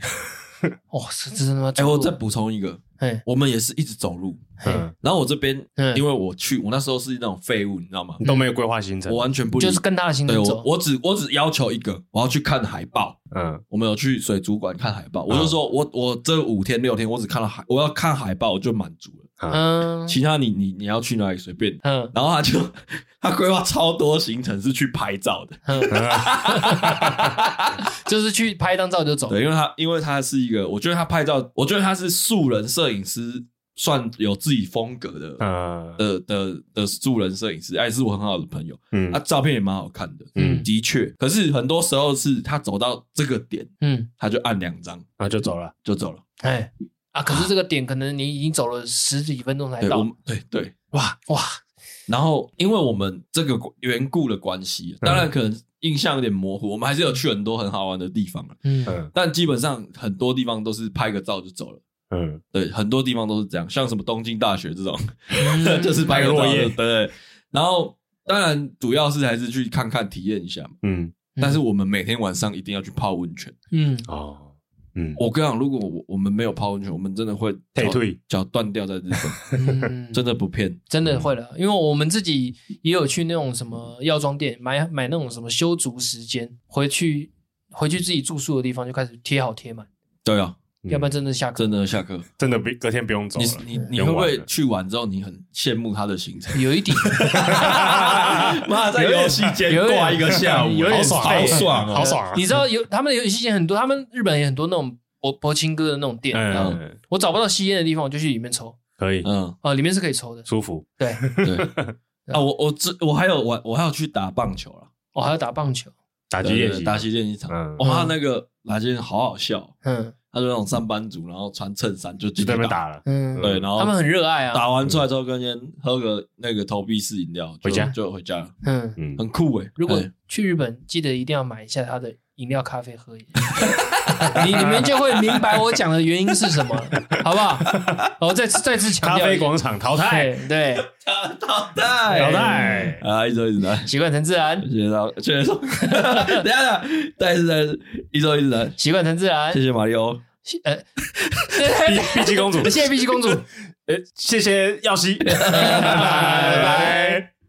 哇，哦这真他妈哎，出路！我再补充一个，哎，我们也是一直走路，嗯，然后我这边嗯因为我去，我那时候是那种废物，你知道吗你？都没有规划行程我，完全不理就是跟他的行对程我走。我只我只要求一个，我要去看海报。嗯我们有去水族馆看海嗯报，我就说我我这五天六天我只看了海，我要看海报我就满足了，嗯其他你你你要去哪里随便。嗯然后他就 <laughs> 他规划超多行程是去拍照的， <laughs> 嗯，就是去拍一张照就走。对，因为他因为他是一个，我觉得他拍照，我觉得他是素人摄影师，算有自己风格的。嗯的的的素人摄影师，哎，是我很好的朋友，嗯他、照片也蛮好看的，嗯的确。可是很多时候是他走到这个点，嗯，他就按两张然后就走了，就走了。哎啊，可是这个点可能你已经走了十几分钟才对，我到们。对对，哇哇，然后，因为我们这个缘故的关系，啊嗯当然可能印象有点模糊，我们还是有去很多很好玩的地方了，啊嗯 <laughs> 嗯但基本上很多地方都是拍个照就走了。嗯对，很多地方都是这样，像什么东京大学这种，<laughs> 嗯就是拍个照拍就落叶对。然后，当然主要是还是去看看、体验一下嘛。嗯但是我们每天晚上一定要去泡温泉。嗯哦嗯，我跟你讲，如果我我们没有泡温泉，我们真的会退脚退脚断掉在日本，嗯，真的不骗。真的会嗯了，因为我们自己也有去那种什么药妆店买买那种什么修足时间，回去回去自己住宿的地方就开始贴好贴满，对啊，要不然真的下课。真的下课，嗯真的不隔天不用走了你。你你用会不完会了去玩之后你很羡慕他的行程？ <laughs> 有一点，妈，在游戏间有点挂一个下午，有点好爽，<laughs> 废好爽哦！好爽啊 <laughs> 你知道有他们的游戏间很多，他们日本也很多那种博博青哥的那种店，嗯，我找不到吸烟的地方，我就去里面抽，可以，嗯，啊，里面是可以抽的。舒服。对，对啊，我我之我还有玩，我还有去打棒球了，我哦还要打棒球，打打击练习，打击练习场。嗯，哇，那个打击练好好笑，嗯他就那种上班族，然后穿衬衫就就进在去那边打，打了。嗯，对，然后他们很热爱啊，打完出来之后，跟先喝个那个投币式饮料，就回家就回家了，嗯，嗯，很酷哎。如果哎去日本，记得一定要买一下他的饮料咖啡喝一下， <laughs> 你你们就会明白我讲的原因是 <laughs> 什么，好不好？我再次再次强咖调啡一遍，广场淘汰，对对，淘汰淘汰。啊，一周一直来，习惯成自然，谢谢大家，谢谢大家 <laughs> 等一下，再一次再一次，一周一直来，习惯成自然谢，谢马里奥，呃，碧碧姬公主， <laughs> 谢谢碧琪公主。呃，谢谢耀西，拜拜拜。